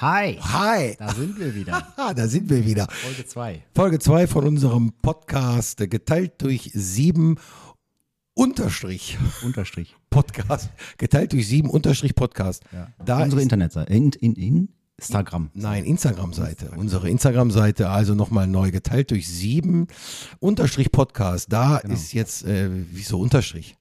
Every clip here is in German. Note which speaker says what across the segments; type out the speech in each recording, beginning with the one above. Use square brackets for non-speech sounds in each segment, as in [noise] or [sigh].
Speaker 1: Hi.
Speaker 2: Hi.
Speaker 1: Da sind wir wieder.
Speaker 2: Ah, da sind wir wieder.
Speaker 1: Folge 2.
Speaker 2: Folge 2 von unserem Podcast, äh, geteilt durch sieben Unterstrich
Speaker 1: Unterstrich.
Speaker 2: Podcast. Geteilt durch sieben Unterstrich Podcast.
Speaker 1: Ja.
Speaker 2: Da
Speaker 1: Unsere
Speaker 2: ist,
Speaker 1: Internetseite. In, in, in Instagram.
Speaker 2: nein, Instagram-Seite. Unsere Instagram-Seite, also nochmal neu, geteilt durch sieben Unterstrich Podcast. Da
Speaker 1: Genau.
Speaker 2: ist jetzt, äh, wieso Unterstrich?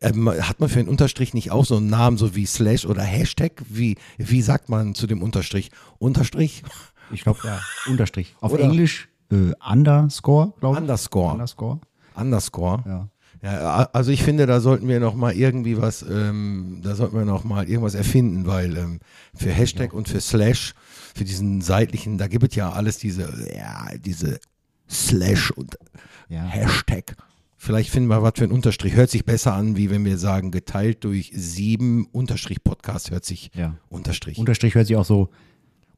Speaker 2: Ähm, hat man für einen Unterstrich nicht auch so einen Namen, so wie Slash oder Hashtag? Wie, wie sagt man zu dem Unterstrich? Unterstrich?
Speaker 1: Ich glaube, ja. Unterstrich. Auf
Speaker 2: Oder-
Speaker 1: Englisch äh, Underscore, glaube ich.
Speaker 2: Underscore.
Speaker 1: Underscore.
Speaker 2: Underscore.
Speaker 1: Ja.
Speaker 2: Ja, a- also ich finde, da sollten wir noch mal irgendwie was, ähm, da sollten wir noch mal irgendwas erfinden, weil ähm, für Hashtag und für Slash, für diesen seitlichen, da gibt es ja alles diese, ja, diese Slash und
Speaker 1: Ja.
Speaker 2: Hashtag. Vielleicht finden wir was für einen Unterstrich. Hört sich besser an, wie wenn wir sagen, geteilt durch sieben Unterstrich Podcast hört sich
Speaker 1: Ja.
Speaker 2: Unterstrich.
Speaker 1: Unterstrich hört sich auch so.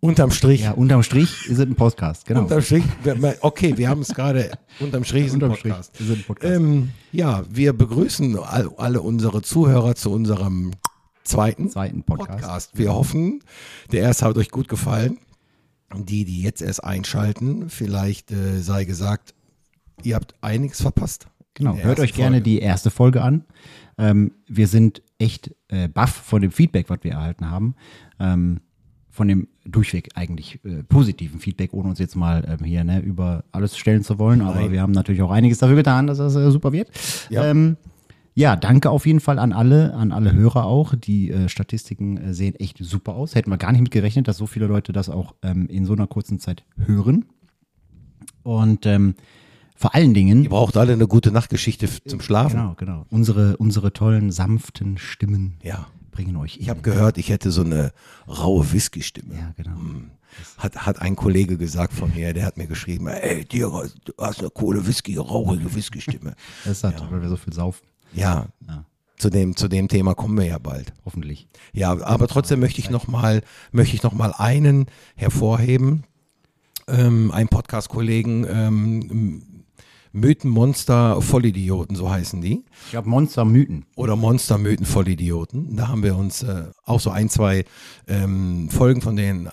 Speaker 2: unterm Strich.
Speaker 1: Ja, unterm Strich ist es ein Podcast. Genau.
Speaker 2: Unterm Strich. Okay, wir haben es gerade. Unterm Strich ist ein
Speaker 1: Unterm Strich
Speaker 2: Podcast.
Speaker 1: ist es ein Podcast.
Speaker 2: Ähm, ja, wir begrüßen all, alle unsere Zuhörer zu unserem zweiten,
Speaker 1: Zweiten Podcast.
Speaker 2: Podcast. Wir hoffen, der erste hat euch gut gefallen. Und Die, die jetzt erst einschalten, vielleicht äh, sei gesagt, ihr habt einiges verpasst.
Speaker 1: Genau,
Speaker 2: In der
Speaker 1: hört
Speaker 2: ersten
Speaker 1: euch gerne
Speaker 2: Folge.
Speaker 1: die erste Folge an. Ähm, wir sind echt äh, baff von dem Feedback, was wir erhalten haben. Ähm, von dem durchweg eigentlich äh, positiven Feedback, ohne uns jetzt mal ähm, hier ne, über alles stellen zu wollen. Aber wir haben natürlich auch einiges dafür getan, dass das äh, super wird.
Speaker 2: Ja.
Speaker 1: Ähm, ja, danke auf jeden Fall an alle, an alle Hörer auch. Die äh, Statistiken äh, sehen echt super aus. Hätten wir gar nicht mit gerechnet, dass so viele Leute das auch ähm, in so einer kurzen Zeit hören. Und ähm, vor allen Dingen.
Speaker 2: Ihr braucht alle eine gute Nachtgeschichte f- zum Schlafen.
Speaker 1: Genau, genau. Unsere, unsere tollen, sanften Stimmen
Speaker 2: Ja.
Speaker 1: bringen euch
Speaker 2: Ich habe gehört, ich hätte so eine raue Whisky-Stimme.
Speaker 1: Ja, genau.
Speaker 2: Hat, hat ein Kollege gesagt von mir, der hat mir geschrieben, ey, dir, du hast eine coole Whisky,
Speaker 1: [laughs]
Speaker 2: rauchige Whisky-Stimme.
Speaker 1: Das ist halt, weil wir so viel saufen.
Speaker 2: Ja,
Speaker 1: Ja,
Speaker 2: zu dem, zu dem Thema kommen wir ja bald.
Speaker 1: hoffentlich.
Speaker 2: Ja, aber trotzdem möchte ich nochmal, möchte ich noch mal einen hervorheben, ähm, einen Podcast-Kollegen, ähm, Mythenmonster Vollidioten, so heißen die.
Speaker 1: Ich glaube, Monster Mythen.
Speaker 2: oder Monstermythen Vollidioten. Da haben wir uns äh, auch so ein, zwei ähm, Folgen von denen äh,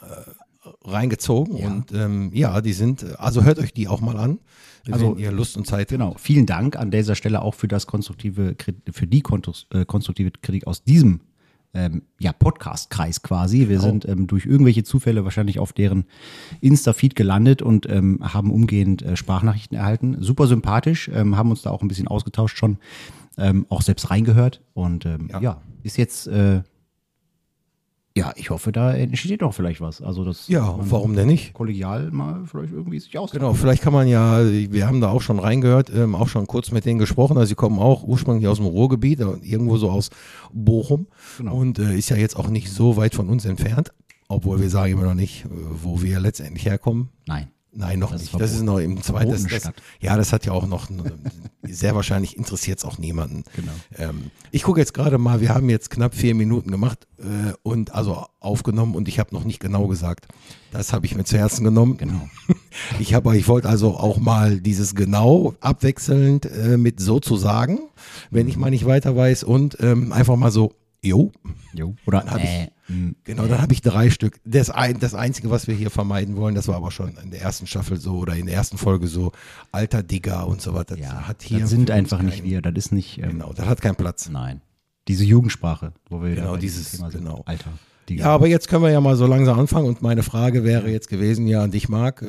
Speaker 2: reingezogen. Und ähm, ja, die sind, äh, also hört euch die auch mal an, also,
Speaker 1: Also,
Speaker 2: wenn ihr Lust und Zeit
Speaker 1: Genau. Vielen Dank an dieser Stelle auch für das konstruktive, Krit- für die Kontus- äh, konstruktive Kritik aus diesem ähm, ja, Podcast-Kreis quasi.
Speaker 2: Genau.
Speaker 1: Wir sind ähm, durch irgendwelche Zufälle wahrscheinlich auf deren Insta-Feed gelandet und ähm, haben umgehend äh, Sprachnachrichten erhalten. Super sympathisch, ähm, haben uns da auch ein bisschen ausgetauscht schon, ähm, auch selbst reingehört. Und ähm, ja. ist jetzt, äh, ja, ich hoffe, da entsteht doch vielleicht was. Also das
Speaker 2: Ja,
Speaker 1: man
Speaker 2: und warum denn nicht?
Speaker 1: kollegial mal vielleicht irgendwie sich aus.
Speaker 2: Genau, vielleicht kann man ja, wir haben da auch schon reingehört, ähm, auch schon kurz mit denen gesprochen. Also sie kommen auch ursprünglich aus dem Ruhrgebiet, äh, irgendwo so aus Bochum. Und äh, ist ja jetzt auch nicht so weit von uns entfernt, obwohl wir sagen immer noch nicht, äh, wo wir letztendlich herkommen.
Speaker 1: Nein.
Speaker 2: Nein, noch
Speaker 1: Das ist
Speaker 2: nicht. Das ist noch im zweiten. Das, das,
Speaker 1: Stadt.
Speaker 2: ja, das hat ja auch noch, äh, sehr wahrscheinlich interessiert es auch niemanden. Genau. Ähm, ich gucke jetzt gerade mal, wir haben jetzt knapp vier Minuten gemacht äh, und also aufgenommen und ich habe noch nicht genau gesagt. Das habe ich mir zu Herzen genommen. Genau. [laughs] Ich, hab, ich wollte also auch mal dieses genau abwechselnd äh, mit sozusagen, wenn ich mal nicht weiter weiß und ähm, einfach mal so, jo,
Speaker 1: Jo. Oder
Speaker 2: hab ich-
Speaker 1: äh, mh,
Speaker 2: Genau, dann habe ich drei Stück. Das, ein, das Einzige, was wir hier vermeiden wollen, das war aber schon in der ersten Staffel so oder in der ersten Folge so, alter Digger und so weiter. Das
Speaker 1: Ja,
Speaker 2: hat hier
Speaker 1: das sind
Speaker 2: für uns
Speaker 1: einfach nicht
Speaker 2: keinen-
Speaker 1: wir. Das ist nicht. Ähm,
Speaker 2: Genau, das hat keinen Platz.
Speaker 1: Nein. Diese Jugendsprache, wo wir
Speaker 2: Genau,
Speaker 1: bei diesem
Speaker 2: dieses- genau.
Speaker 1: Alter. Die
Speaker 2: Ja, aber jetzt können wir ja mal so langsam anfangen und meine Frage wäre jetzt gewesen, ja, an dich, Marc, äh,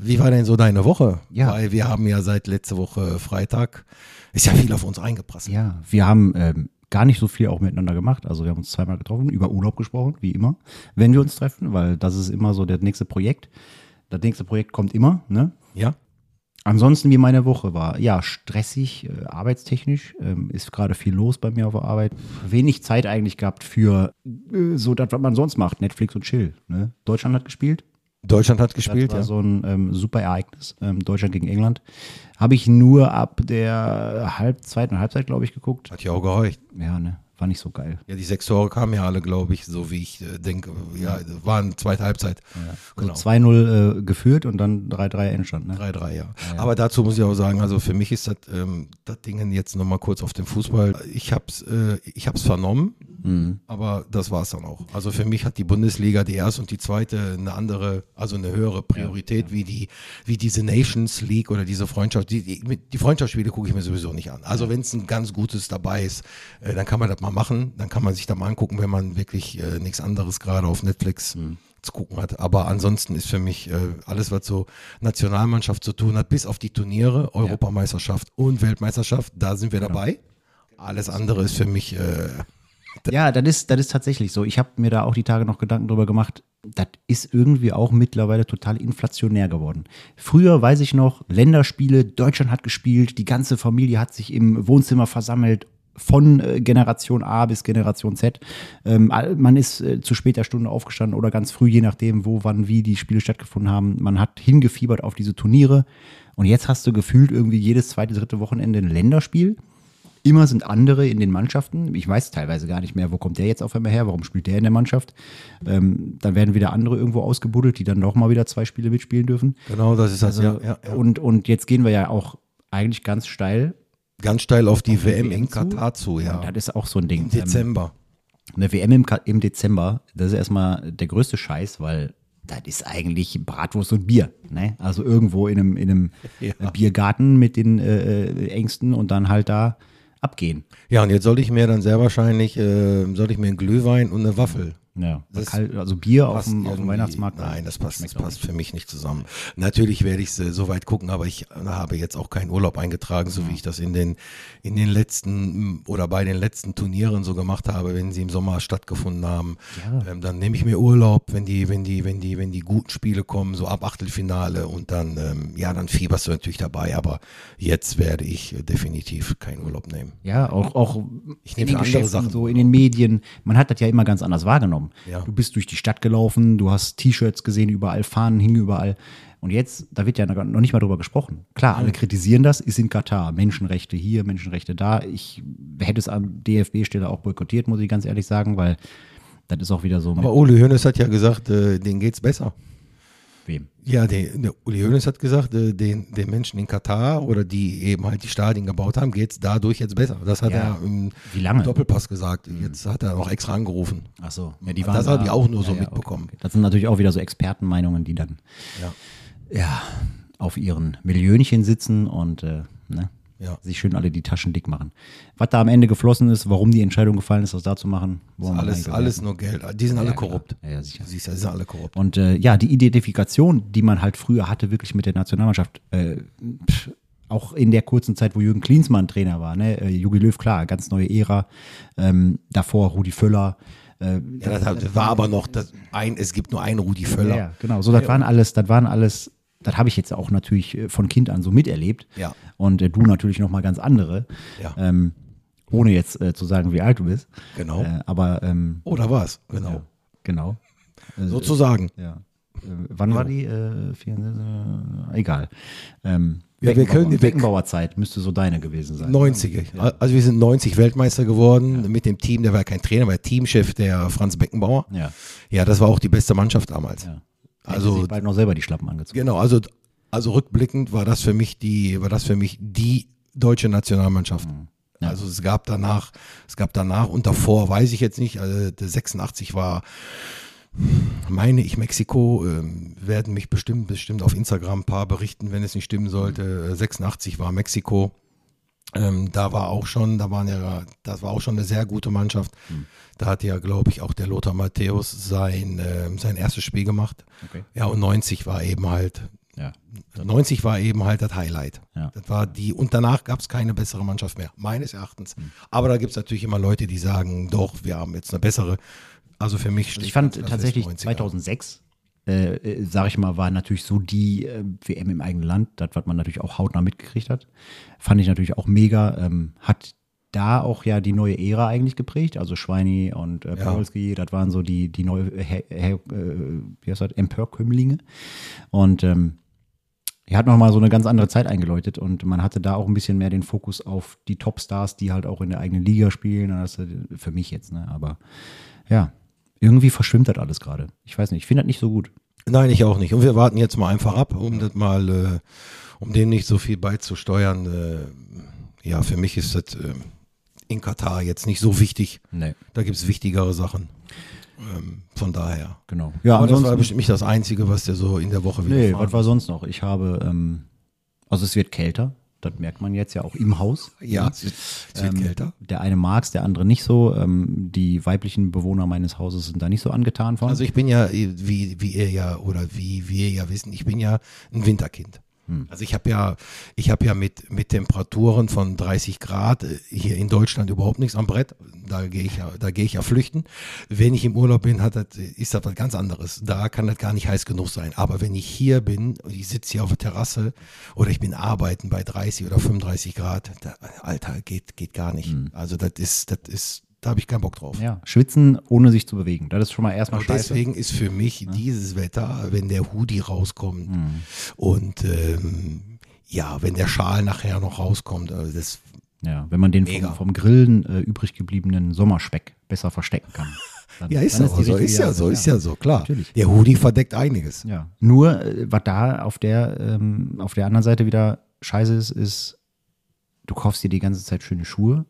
Speaker 2: wie war denn so deine Woche?
Speaker 1: Ja.
Speaker 2: Weil wir haben ja seit letzte Woche Freitag, ist ja viel auf uns eingeprasselt.
Speaker 1: ja, wir haben ähm, gar nicht so viel auch miteinander gemacht. Also wir haben uns zweimal getroffen, über Urlaub gesprochen, wie immer, wenn wir uns treffen, weil das ist immer so das nächste Projekt. Das nächste Projekt kommt immer, ne?
Speaker 2: Ja?
Speaker 1: Ansonsten, wie meine Woche war, ja, stressig, äh, arbeitstechnisch, ähm, ist gerade viel los bei mir auf der Arbeit. Wenig Zeit eigentlich gehabt für äh, so das, was man sonst macht, Netflix und Chill. Ne? Deutschland hat gespielt,
Speaker 2: Deutschland hat gespielt,
Speaker 1: Das war
Speaker 2: ja.
Speaker 1: so ein ähm, super Ereignis, ähm, Deutschland gegen England. Habe ich nur ab der halb zweiten Halbzeit, glaube ich, geguckt.
Speaker 2: Hat ja auch gehorcht.
Speaker 1: Ja, ne, war nicht so geil.
Speaker 2: Ja, die sechs Tore kamen ja alle, glaube ich, so wie ich äh, denke. Ja, waren zweite Halbzeit. Genau.
Speaker 1: Also 2-0 äh, geführt und dann 3-3 Endstand, ne?
Speaker 2: 3-3, ja. Aber dazu muss ich auch sagen, also für mich ist das, ähm, das Ding jetzt nochmal kurz auf den Fußball. Ich hab's, äh, ich hab's vernommen, Aber das war es dann auch. Also für mich hat die Bundesliga die erste und die zweite eine andere, also eine höhere Priorität wie die, wie diese Nations League oder diese Freundschaft. Die, die, die Freundschaftsspiele gucke ich mir sowieso nicht an. Also wenn es ein ganz gutes dabei ist, äh, dann kann man das mal machen, dann kann man sich da mal angucken, wenn man wirklich äh, nichts anderes gerade auf Netflix zu gucken hat. Aber ansonsten ist für mich äh, alles, was so Nationalmannschaft zu tun hat, bis auf die Turniere, Europameisterschaft und Weltmeisterschaft, da sind wir dabei. Alles andere ist für mich äh,
Speaker 1: [laughs] Ja, das ist, das ist tatsächlich so. Ich habe mir da auch die Tage noch Gedanken drüber gemacht. Das ist irgendwie auch mittlerweile total inflationär geworden. Früher weiß ich noch, Länderspiele, Deutschland hat gespielt, die ganze Familie hat sich im Wohnzimmer versammelt. Von äh, Generation A bis Generation Z. Ähm, all- man ist äh, zu später Stunde aufgestanden oder ganz früh, je nachdem, wo, wann, wie die Spiele stattgefunden haben. Man hat hingefiebert auf diese Turniere. Und jetzt hast du gefühlt irgendwie jedes zweite, dritte Wochenende ein Länderspiel. Immer sind andere in den Mannschaften. Ich weiß teilweise gar nicht mehr, wo kommt der jetzt auf einmal her, warum spielt der in der Mannschaft. Ähm, dann werden wieder andere irgendwo ausgebuddelt, die dann nochmal wieder zwei Spiele mitspielen dürfen.
Speaker 2: genau das ist also,
Speaker 1: Also, Und, und jetzt gehen wir ja auch eigentlich ganz steil.
Speaker 2: ganz steil auf die WM in
Speaker 1: WM zu?
Speaker 2: Katar zu, ja.
Speaker 1: Das ist auch so ein Ding. Ähm,
Speaker 2: Im Dezember.
Speaker 1: Eine WM im, Ka- im Dezember, das ist erstmal der größte Scheiß, weil das ist eigentlich Bratwurst und Bier. Ne? Also irgendwo in einem, in einem
Speaker 2: [laughs] Ja.
Speaker 1: Biergarten mit den äh, Ängsten und dann halt da abgehen.
Speaker 2: Ja, und jetzt soll ich mir dann sehr wahrscheinlich, äh, soll ich mir einen Glühwein und eine Waffel.
Speaker 1: Ja,
Speaker 2: Das
Speaker 1: kalt, also Bier auf
Speaker 2: passt
Speaker 1: dem, auf dem
Speaker 2: irgendwie-
Speaker 1: Weihnachtsmarkt.
Speaker 2: Nein, das passt, das
Speaker 1: Schmeckt auch
Speaker 2: passt für mich nicht zusammen. Natürlich werde ich sie so weit gucken, aber ich äh, habe jetzt auch keinen Urlaub eingetragen,
Speaker 1: Mhm.
Speaker 2: so wie ich das in den, in den letzten mm, oder bei den letzten Turnieren so gemacht habe, wenn sie im Sommer stattgefunden haben. Ähm, dann nehme ich mir Urlaub, wenn die, wenn die, wenn die, wenn die guten Spiele kommen, so ab Achtelfinale und dann, ähm, ja, dann fieberst du natürlich dabei, aber jetzt werde ich äh, definitiv keinen Urlaub nehmen.
Speaker 1: Ja, auch, auch
Speaker 2: Ich
Speaker 1: in den
Speaker 2: nehme für andere
Speaker 1: Geschäften,
Speaker 2: Sachen.
Speaker 1: so in den Medien. Man hat das ja immer ganz anders wahrgenommen.
Speaker 2: Ja.
Speaker 1: Du bist durch die Stadt gelaufen, du hast T-Shirts gesehen, überall Fahnen hingen überall. Und jetzt, da wird ja noch nicht mal drüber gesprochen. Klar, alle kritisieren das, ist in Katar. Menschenrechte hier, Menschenrechte da. Ich hätte es am DFB-Stelle auch boykottiert, muss ich ganz ehrlich sagen, weil das ist auch wieder so mit
Speaker 2: Aber Ole Hönes hat ja gesagt, äh, denen geht's besser.
Speaker 1: wem.
Speaker 2: Ja, der, der Uli Hoeneß hat gesagt, äh, den, den Menschen in Katar oder die eben halt die Stadien gebaut haben, geht es dadurch jetzt besser. Das hat
Speaker 1: Ja.
Speaker 2: er im
Speaker 1: Wie lange?
Speaker 2: Doppelpass gesagt. Jetzt hat er auch extra angerufen.
Speaker 1: Ach so, ja, die
Speaker 2: Und das
Speaker 1: da-
Speaker 2: habe ich auch nur
Speaker 1: Ja,
Speaker 2: so
Speaker 1: ja,
Speaker 2: mitbekommen.
Speaker 1: Okay. Das sind natürlich auch wieder so Expertenmeinungen, die dann
Speaker 2: Ja.
Speaker 1: ja, auf ihren Millionchen sitzen und äh, ne,
Speaker 2: Ja.
Speaker 1: sich schön alle die Taschen dick machen. Was da am Ende geflossen ist, warum die Entscheidung gefallen ist, das da zu machen, wollen wir
Speaker 2: Alles,
Speaker 1: gar nicht
Speaker 2: alles nur Geld. Oh Die sind alle
Speaker 1: klar.
Speaker 2: korrupt.
Speaker 1: Ja, ja, sicher.
Speaker 2: Du siehst ja, die sind alle korrupt.
Speaker 1: Und äh, ja, die Identifikation, die man halt früher hatte, wirklich mit der Nationalmannschaft, äh, pff, auch in der kurzen Zeit, wo Jürgen Klinsmann Trainer war, ne? Äh, Jogi Löw, klar, ganz neue Ära. Ähm, davor Rudi Völler. Äh,
Speaker 2: Ja, das hat- war aber noch das ein, es gibt nur einen Rudi Völler.
Speaker 1: ja, ja, genau. So, das waren alles, das waren alles, das habe ich jetzt auch natürlich äh, von Kind an so miterlebt.
Speaker 2: Ja.
Speaker 1: Und äh, du natürlich nochmal ganz andere.
Speaker 2: Ja.
Speaker 1: Ähm, ohne jetzt äh, zu sagen, wie alt du bist.
Speaker 2: Genau.
Speaker 1: Äh, aber ähm,
Speaker 2: Oder war es? Genau.
Speaker 1: ja, genau.
Speaker 2: Sozusagen.
Speaker 1: Ja. Äh, wann war die? Äh, 74, äh, egal. Ähm,
Speaker 2: Ja, wir können die weg-
Speaker 1: Beckenbauer Zeit müsste so deine gewesen sein.
Speaker 2: 90er. Also wir sind 90 Weltmeister geworden mit dem Team, der war kein Trainer, war Teamchef der Franz Beckenbauer.
Speaker 1: Ja.
Speaker 2: Ja, das war auch die beste Mannschaft damals.
Speaker 1: ja.
Speaker 2: Also
Speaker 1: Sich bald noch selber die Schlappen angezogen.
Speaker 2: genau, also also rückblickend war das für mich die war das für mich die deutsche Nationalmannschaft.
Speaker 1: Mhm.
Speaker 2: Also es gab danach, es gab danach und davor weiß ich jetzt nicht, also der 86 war meine ich Mexiko ähm, werden mich bestimmt bestimmt auf Instagram ein paar berichten, wenn es nicht stimmen sollte. 86 war Mexiko. Ähm, da war auch schon, da waren ja, das war auch schon eine sehr gute Mannschaft.
Speaker 1: Hm.
Speaker 2: Da hat ja, glaube ich, auch der Lothar Matthäus sein, ähm, sein erstes Spiel gemacht.
Speaker 1: Okay.
Speaker 2: Ja, und 90 war eben halt,
Speaker 1: Ja.
Speaker 2: 90 war eben halt das Highlight.
Speaker 1: Ja.
Speaker 2: Das war die, und danach gab es keine bessere Mannschaft mehr, meines Erachtens.
Speaker 1: Hm.
Speaker 2: Aber da gibt es natürlich immer Leute, die sagen, doch, wir haben jetzt eine bessere. Also für mich steht
Speaker 1: Ich fand
Speaker 2: ganz klar
Speaker 1: tatsächlich
Speaker 2: fest, 90er.
Speaker 1: 2006, äh, äh, sag ich mal, war natürlich so die äh, WM im eigenen Land, das, was man natürlich auch hautnah mitgekriegt hat. Fand ich natürlich auch mega. Ähm, hat da auch ja die neue Ära eigentlich geprägt. Also Schweini und äh, Pawelski, das waren so die, die neue, äh, äh, äh, wie heißt das, Empörkömmlinge. Und ähm, er hat nochmal so eine ganz andere Zeit eingeläutet und man hatte da auch ein bisschen mehr den Fokus auf die Topstars, die halt auch in der eigenen Liga spielen. Und das, äh, für mich jetzt, ne? Aber ja, irgendwie verschwimmt das alles gerade. Ich weiß nicht, ich finde das nicht so gut.
Speaker 2: Nein, ich auch nicht. Und wir warten jetzt mal einfach ab, um das mal, äh, um dem nicht so viel beizusteuern. Äh, ja, für mich ist das, äh, in Katar jetzt nicht so wichtig.
Speaker 1: Nee.
Speaker 2: Da gibt es wichtigere Sachen. Ähm, von daher.
Speaker 1: Genau. Ja,
Speaker 2: Aber das war
Speaker 1: ansonsten-
Speaker 2: bestimmt nicht das Einzige, was der so in der Woche wieder
Speaker 1: Nee,
Speaker 2: fahren
Speaker 1: was war sonst noch? Ich habe, ähm, also es wird kälter, das merkt man jetzt ja auch im Haus.
Speaker 2: Ja, es wird, es wird
Speaker 1: Ähm,
Speaker 2: kälter.
Speaker 1: Der eine mag es, der andere nicht so. Ähm, die weiblichen Bewohner meines Hauses sind da nicht so angetan von.
Speaker 2: Also ich bin ja, wie, wie ihr ja oder wie wir ja wissen, ich bin ja ein Winterkind. Also ich habe ja, ich habe ja mit, mit Temperaturen von 30 Grad äh, hier in Deutschland überhaupt nichts am Brett. Da gehe ich ja, da gehe ich ja flüchten. Wenn ich im Urlaub bin, hat das, ist das was ganz anderes. Da kann das gar nicht heiß genug sein. Aber wenn ich hier bin und ich sitze hier auf der Terrasse oder ich bin arbeiten bei 30 oder 35 Grad, da, Alter, geht, geht gar nicht. Also das ist, das ist, da habe ich keinen Bock drauf.
Speaker 1: ja, schwitzen, ohne sich zu bewegen. Das ist schon mal erstmal
Speaker 2: Und
Speaker 1: scheiße.
Speaker 2: deswegen ist für mich dieses Wetter, wenn der Hoodie rauskommt
Speaker 1: Hm.
Speaker 2: und ähm, ja, wenn der Schal nachher noch rauskommt, also das,
Speaker 1: Ja, wenn man den
Speaker 2: Mega.
Speaker 1: vom, vom Grillen äh, übrig gebliebenen Sommerspeck besser verstecken
Speaker 2: [laughs]
Speaker 1: kann. Dann,
Speaker 2: ja, ist
Speaker 1: dann
Speaker 2: ja ne, so,
Speaker 1: die richtige
Speaker 2: ist ja so,
Speaker 1: Jahreszeit,
Speaker 2: ist ja so, klar.
Speaker 1: Natürlich.
Speaker 2: Der Hoodie verdeckt einiges.
Speaker 1: Ja. Nur, äh, was da auf der, ähm, auf der anderen Seite wieder scheiße ist, ist, du kaufst dir die ganze Zeit schöne Schuhe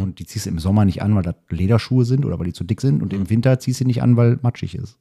Speaker 1: und die ziehst du im Sommer nicht an, weil das Lederschuhe sind oder weil die zu dick sind und im Winter ziehst du die nicht an, weil matschig ist.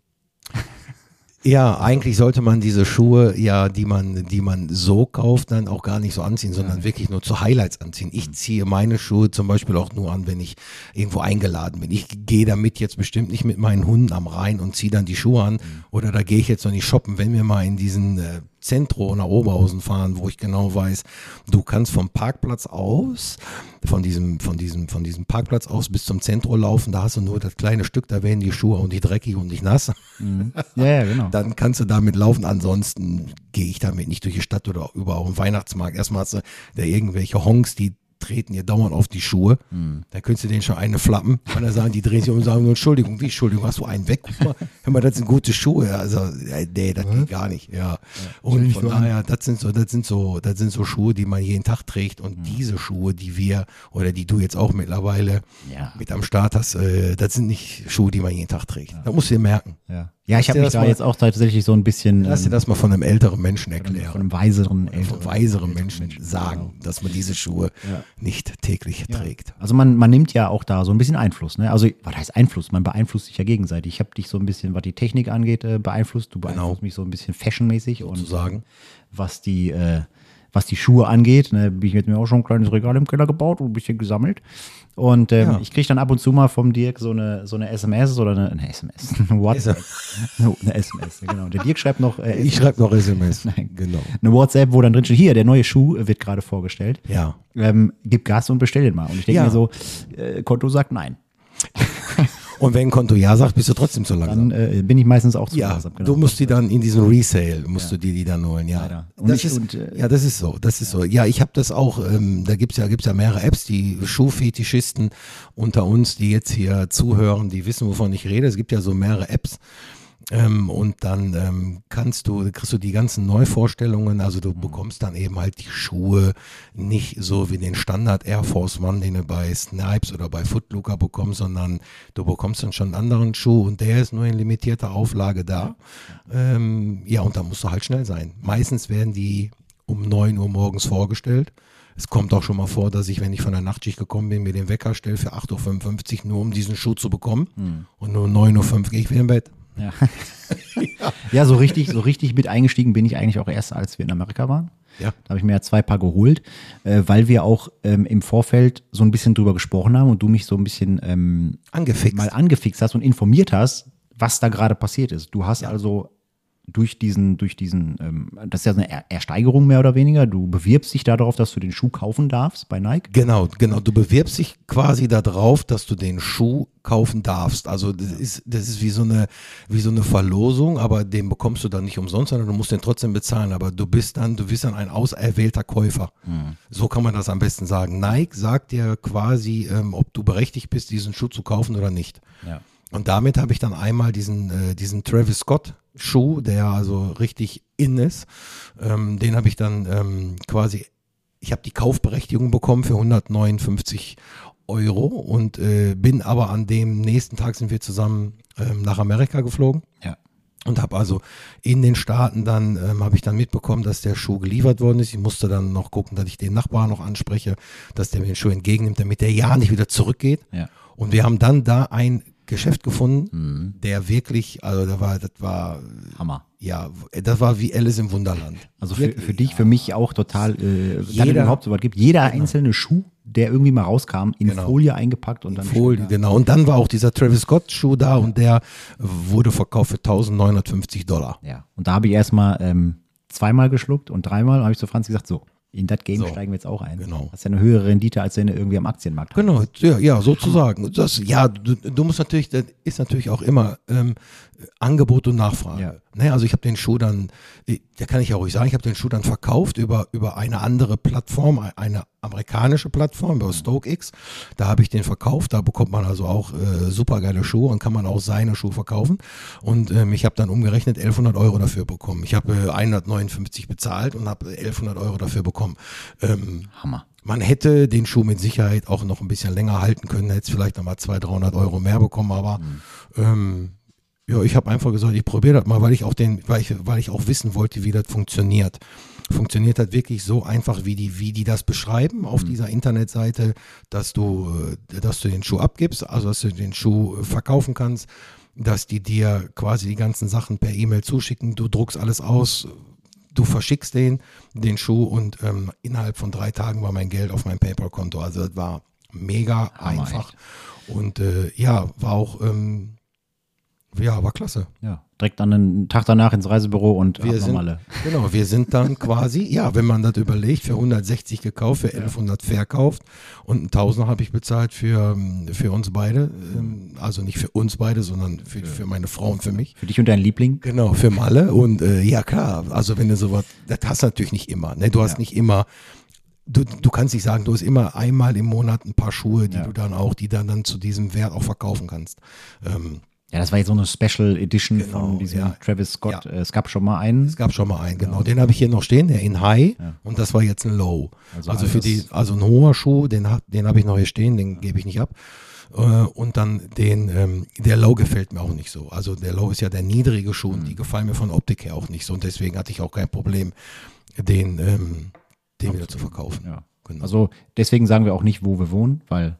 Speaker 2: Ja, eigentlich sollte man diese Schuhe, ja, die man, die man so kauft, dann auch gar nicht so anziehen, sondern wirklich nur zu Highlights anziehen. Ich ziehe meine Schuhe zum Beispiel auch nur an, wenn ich irgendwo eingeladen bin. Ich gehe damit jetzt bestimmt nicht mit meinen Hunden am Rhein und ziehe dann die Schuhe an. Oder da gehe ich jetzt noch nicht shoppen, wenn wir mal in diesen äh, Zentro nach Oberhausen fahren, wo ich genau weiß, du kannst vom Parkplatz aus, von diesem, von diesem, von diesem Parkplatz aus bis zum Zentro laufen, da hast du nur das kleine Stück, da werden die Schuhe auch nicht dreckig und nicht nass
Speaker 1: [laughs] Ja, ja, genau.
Speaker 2: dann kannst du damit laufen. Ansonsten gehe ich damit nicht durch die Stadt oder über auf den Weihnachtsmarkt. Erstmal hast du da irgendwelche Honks, die treten dir dauernd auf die Schuhe.
Speaker 1: Hm.
Speaker 2: Da könntest du denen schon eine flappen. Und dann sagen die, drehen sich um und sagen, nur, Entschuldigung, wie Entschuldigung, hast du einen weg? Guck mal, hör mal, das sind gute Schuhe. Also, äh, nee, das geht gar nicht. Ja. Und von daher, das sind so, das sind so, das sind so Schuhe, die man jeden Tag trägt.
Speaker 1: Hm.
Speaker 2: Und diese Schuhe, die wir oder die du jetzt auch mittlerweile
Speaker 1: Ja.
Speaker 2: mit am Start hast, äh, das sind nicht Schuhe, die man jeden Tag trägt. Da musst du dir merken.
Speaker 1: Ja, ja ich
Speaker 2: Lass dir
Speaker 1: habe mich
Speaker 2: das
Speaker 1: da
Speaker 2: mal-
Speaker 1: jetzt auch tatsächlich so ein bisschen
Speaker 2: Lass dir
Speaker 1: ähm,
Speaker 2: das mal von einem älteren Menschen
Speaker 1: von
Speaker 2: erklären.
Speaker 1: einem weiseren
Speaker 2: Von
Speaker 1: Eltern.
Speaker 2: weiseren Menschen sagen,
Speaker 1: genau.
Speaker 2: dass man diese Schuhe nicht täglich trägt.
Speaker 1: Also man, man nimmt ja auch da so ein bisschen Einfluss. Ne? Also was heißt Einfluss? Man beeinflusst sich ja gegenseitig. Ich habe dich so ein bisschen, was die Technik angeht, äh, beeinflusst. Du beeinflusst mich so ein bisschen fashionmäßig und
Speaker 2: Sozusagen.
Speaker 1: was die, äh, was die Schuhe angeht. Ne, bin ich jetzt mir auch schon ein kleines Regal im Keller gebaut und ein bisschen gesammelt. Und ähm, ich kriege dann ab und zu mal vom Dirk so eine, so eine SMS oder eine, eine SMS, [laughs] eine WhatsApp. [laughs] eine SMS, genau. Der Dirk schreibt noch äh,
Speaker 2: Ich schreibe
Speaker 1: [laughs]
Speaker 2: noch SMS. Genau.
Speaker 1: eine WhatsApp, wo dann drin steht, hier, der neue Schuh äh, wird gerade vorgestellt.
Speaker 2: Ja.
Speaker 1: Ähm, gib Gas und bestell den mal. Und ich denke
Speaker 2: Ja.
Speaker 1: mir so, äh, Konto sagt nein.
Speaker 2: Und wenn Konto Ja sagt, bist du trotzdem zu langsam.
Speaker 1: Dann äh, bin ich meistens auch zu
Speaker 2: ja,
Speaker 1: langsam, genau.
Speaker 2: du musst die dann in diesem Resale, musst du dir die dann holen, ja.
Speaker 1: Leider. Und
Speaker 2: das
Speaker 1: ich-
Speaker 2: ist,
Speaker 1: und, äh,
Speaker 2: ja, das ist so, das ist so. Ja, ich habe das auch, ähm, da gibt's ja, gibt's ja mehrere Apps, die Schuhfetischisten unter uns, die jetzt hier zuhören, die wissen, wovon ich rede. Es gibt ja so mehrere Apps, Ähm, und dann ähm, kannst du, kriegst du die ganzen Neuvorstellungen, also du bekommst dann eben halt die Schuhe nicht so wie den Standard Air Force One, den du bei Snipes oder bei Footlooker bekommst, sondern du bekommst dann schon einen anderen Schuh und der ist nur in limitierter Auflage da. Ähm, ja, und da musst du halt schnell sein. Meistens werden die um 9 Uhr morgens vorgestellt. Es kommt auch schon mal vor, dass ich, wenn ich von der Nachtschicht gekommen bin, mir den Wecker stelle für 8.55 Uhr, nur um diesen Schuh zu bekommen. Und nur um 9.05 Uhr gehe ich wieder im Bett.
Speaker 1: Ja. [laughs] ja, so richtig, so richtig mit eingestiegen bin ich eigentlich auch erst, als wir in Amerika waren.
Speaker 2: Ja.
Speaker 1: Da habe ich mir ja zwei Paar geholt, äh, weil wir auch ähm, im Vorfeld so ein bisschen drüber gesprochen haben und du mich so ein bisschen ähm,
Speaker 2: angefixt.
Speaker 1: mal angefixt hast und informiert hast, was da gerade passiert ist. Du hast also durch diesen, durch diesen, ähm, das ist ja eine Er- Ersteigerung mehr oder weniger. Du bewirbst dich darauf, dass du den Schuh kaufen darfst bei Nike.
Speaker 2: genau, genau. Du bewirbst dich quasi darauf, dass du den Schuh kaufen darfst. Also das ist, das ist wie so eine, wie so eine Verlosung, aber den bekommst du dann nicht umsonst, sondern du musst den trotzdem bezahlen. Aber du bist dann, du bist dann ein auserwählter Käufer. So kann man das am besten sagen. Nike sagt dir quasi, ähm, ob du berechtigt bist, diesen Schuh zu kaufen oder nicht.
Speaker 1: Ja.
Speaker 2: Und damit habe ich dann einmal diesen, äh, diesen Travis Scott Schuh, der also richtig in ist, ähm, den habe ich dann ähm, quasi, ich habe die Kaufberechtigung bekommen für 159 Euro und äh, bin aber an dem nächsten Tag sind wir zusammen ähm, nach Amerika geflogen.
Speaker 1: Ja.
Speaker 2: Und habe also in den Staaten dann, ähm, habe ich dann mitbekommen, dass der Schuh geliefert worden ist. Ich musste dann noch gucken, dass ich den Nachbarn noch anspreche, dass der mir den Schuh entgegennimmt, damit der ja nicht wieder zurückgeht.
Speaker 1: Ja.
Speaker 2: Und wir haben dann da ein Geschäft
Speaker 1: Mhm.
Speaker 2: gefunden, der wirklich, also da war, das war,
Speaker 1: Hammer.
Speaker 2: ja, das war wie Alice im Wunderland.
Speaker 1: Also für,
Speaker 2: Wirklich.
Speaker 1: für dich, für mich auch total, äh, dass es
Speaker 2: Jeder-
Speaker 1: überhaupt so was gibt. Jeder einzelne Schuh, der irgendwie mal rauskam, in
Speaker 2: Genau.
Speaker 1: Folie eingepackt und dann
Speaker 2: Folie, genau. Und dann war auch dieser Travis Scott Schuh da und der wurde verkauft für 1950 Dollar.
Speaker 1: Ja, und da habe ich erstmal ähm, zweimal geschluckt und dreimal habe ich zu Franz gesagt, so, in das Game
Speaker 2: So.
Speaker 1: steigen wir jetzt auch ein.
Speaker 2: Genau.
Speaker 1: Hast ja eine höhere Rendite, als wenn du irgendwie am Aktienmarkt hast.
Speaker 2: Genau, ja, ja sozusagen. Das, ja, du, du musst natürlich, das ist natürlich auch immer ähm, Angebot und Nachfrage.
Speaker 1: Ja.
Speaker 2: Ne, also ich habe den Schuh dann, äh, da kann ich ja ruhig sagen, ich habe den Schuh dann verkauft über, über eine andere Plattform, e- eine amerikanische Plattform, über StokeX. Da habe ich den verkauft, da bekommt man also auch äh, super geile Schuhe und kann man auch seine Schuhe verkaufen. Und ähm, ich habe dann umgerechnet 1100 Euro dafür bekommen. Ich habe äh, 159 bezahlt und habe 1100 Euro dafür bekommen. Ähm,
Speaker 1: Hammer.
Speaker 2: man hätte den Schuh mit Sicherheit auch noch ein bisschen länger halten können, hätte es vielleicht nochmal 200, 300 Euro mehr bekommen, aber ähm, ja, ich habe einfach gesagt, ich probiere das mal, weil ich auch den, weil ich, weil ich auch wissen wollte, wie das funktioniert. Funktioniert das wirklich so einfach, wie die, wie die das beschreiben auf dieser Internetseite, dass du, äh, dass du den Schuh abgibst, also dass du den Schuh äh, verkaufen kannst, dass die dir quasi die ganzen Sachen per E-Mail zuschicken, du druckst alles aus, du verschickst den, den Schuh und ähm, innerhalb von drei Tagen war mein Geld auf meinem PayPal-Konto. Also das war mega
Speaker 1: Hammer,
Speaker 2: einfach. Und äh, ja, war auch, ähm, ja, war klasse.
Speaker 1: Ja. Direkt dann einen Tag danach ins Reisebüro und
Speaker 2: Wir
Speaker 1: ab
Speaker 2: sind,
Speaker 1: normale.
Speaker 2: genau, wir
Speaker 1: [laughs]
Speaker 2: sind dann quasi, ja, wenn man das überlegt, für 160 gekauft, für 1100 verkauft und ein Tausender habe ich bezahlt für, ähm, für uns beide. Ähm, Also nicht für uns beide, sondern für, für meine Frau und für mich.
Speaker 1: Für dich und deinen Liebling.
Speaker 2: Genau, für Malle. Und äh, ja, klar, also wenn du sowas, das hast du natürlich nicht immer. Ne? Du hast
Speaker 1: Ja.
Speaker 2: nicht immer, du, du kannst nicht sagen, du hast immer einmal im Monat ein paar Schuhe, die
Speaker 1: Ja.
Speaker 2: du dann auch, die dann, dann zu diesem Wert auch verkaufen kannst. Ähm,
Speaker 1: Ja, das war jetzt so eine Special Edition
Speaker 2: Genau,
Speaker 1: von diesem
Speaker 2: ja.
Speaker 1: Travis Scott.
Speaker 2: Ja.
Speaker 1: Äh, es gab schon mal einen.
Speaker 2: es gab schon mal einen, genau. Den habe ich hier noch stehen, der in High
Speaker 1: Ja.
Speaker 2: und das war jetzt ein Low.
Speaker 1: Also
Speaker 2: Also, für die,
Speaker 1: alles-
Speaker 2: also ein hoher Schuh, den, hab- den habe ich noch hier stehen, den gebe ich nicht ab. Äh, Und dann den, ähm, der Low gefällt mir auch nicht so. Also der Low ist ja der niedrige Schuh
Speaker 1: Mhm.
Speaker 2: und die gefallen mir von Optik her auch nicht so. Und deswegen hatte ich auch kein Problem, den, ähm, den wieder zu verkaufen.
Speaker 1: Ja.
Speaker 2: Genau.
Speaker 1: Also deswegen sagen wir auch nicht, wo wir wohnen,
Speaker 2: [laughs]
Speaker 1: weil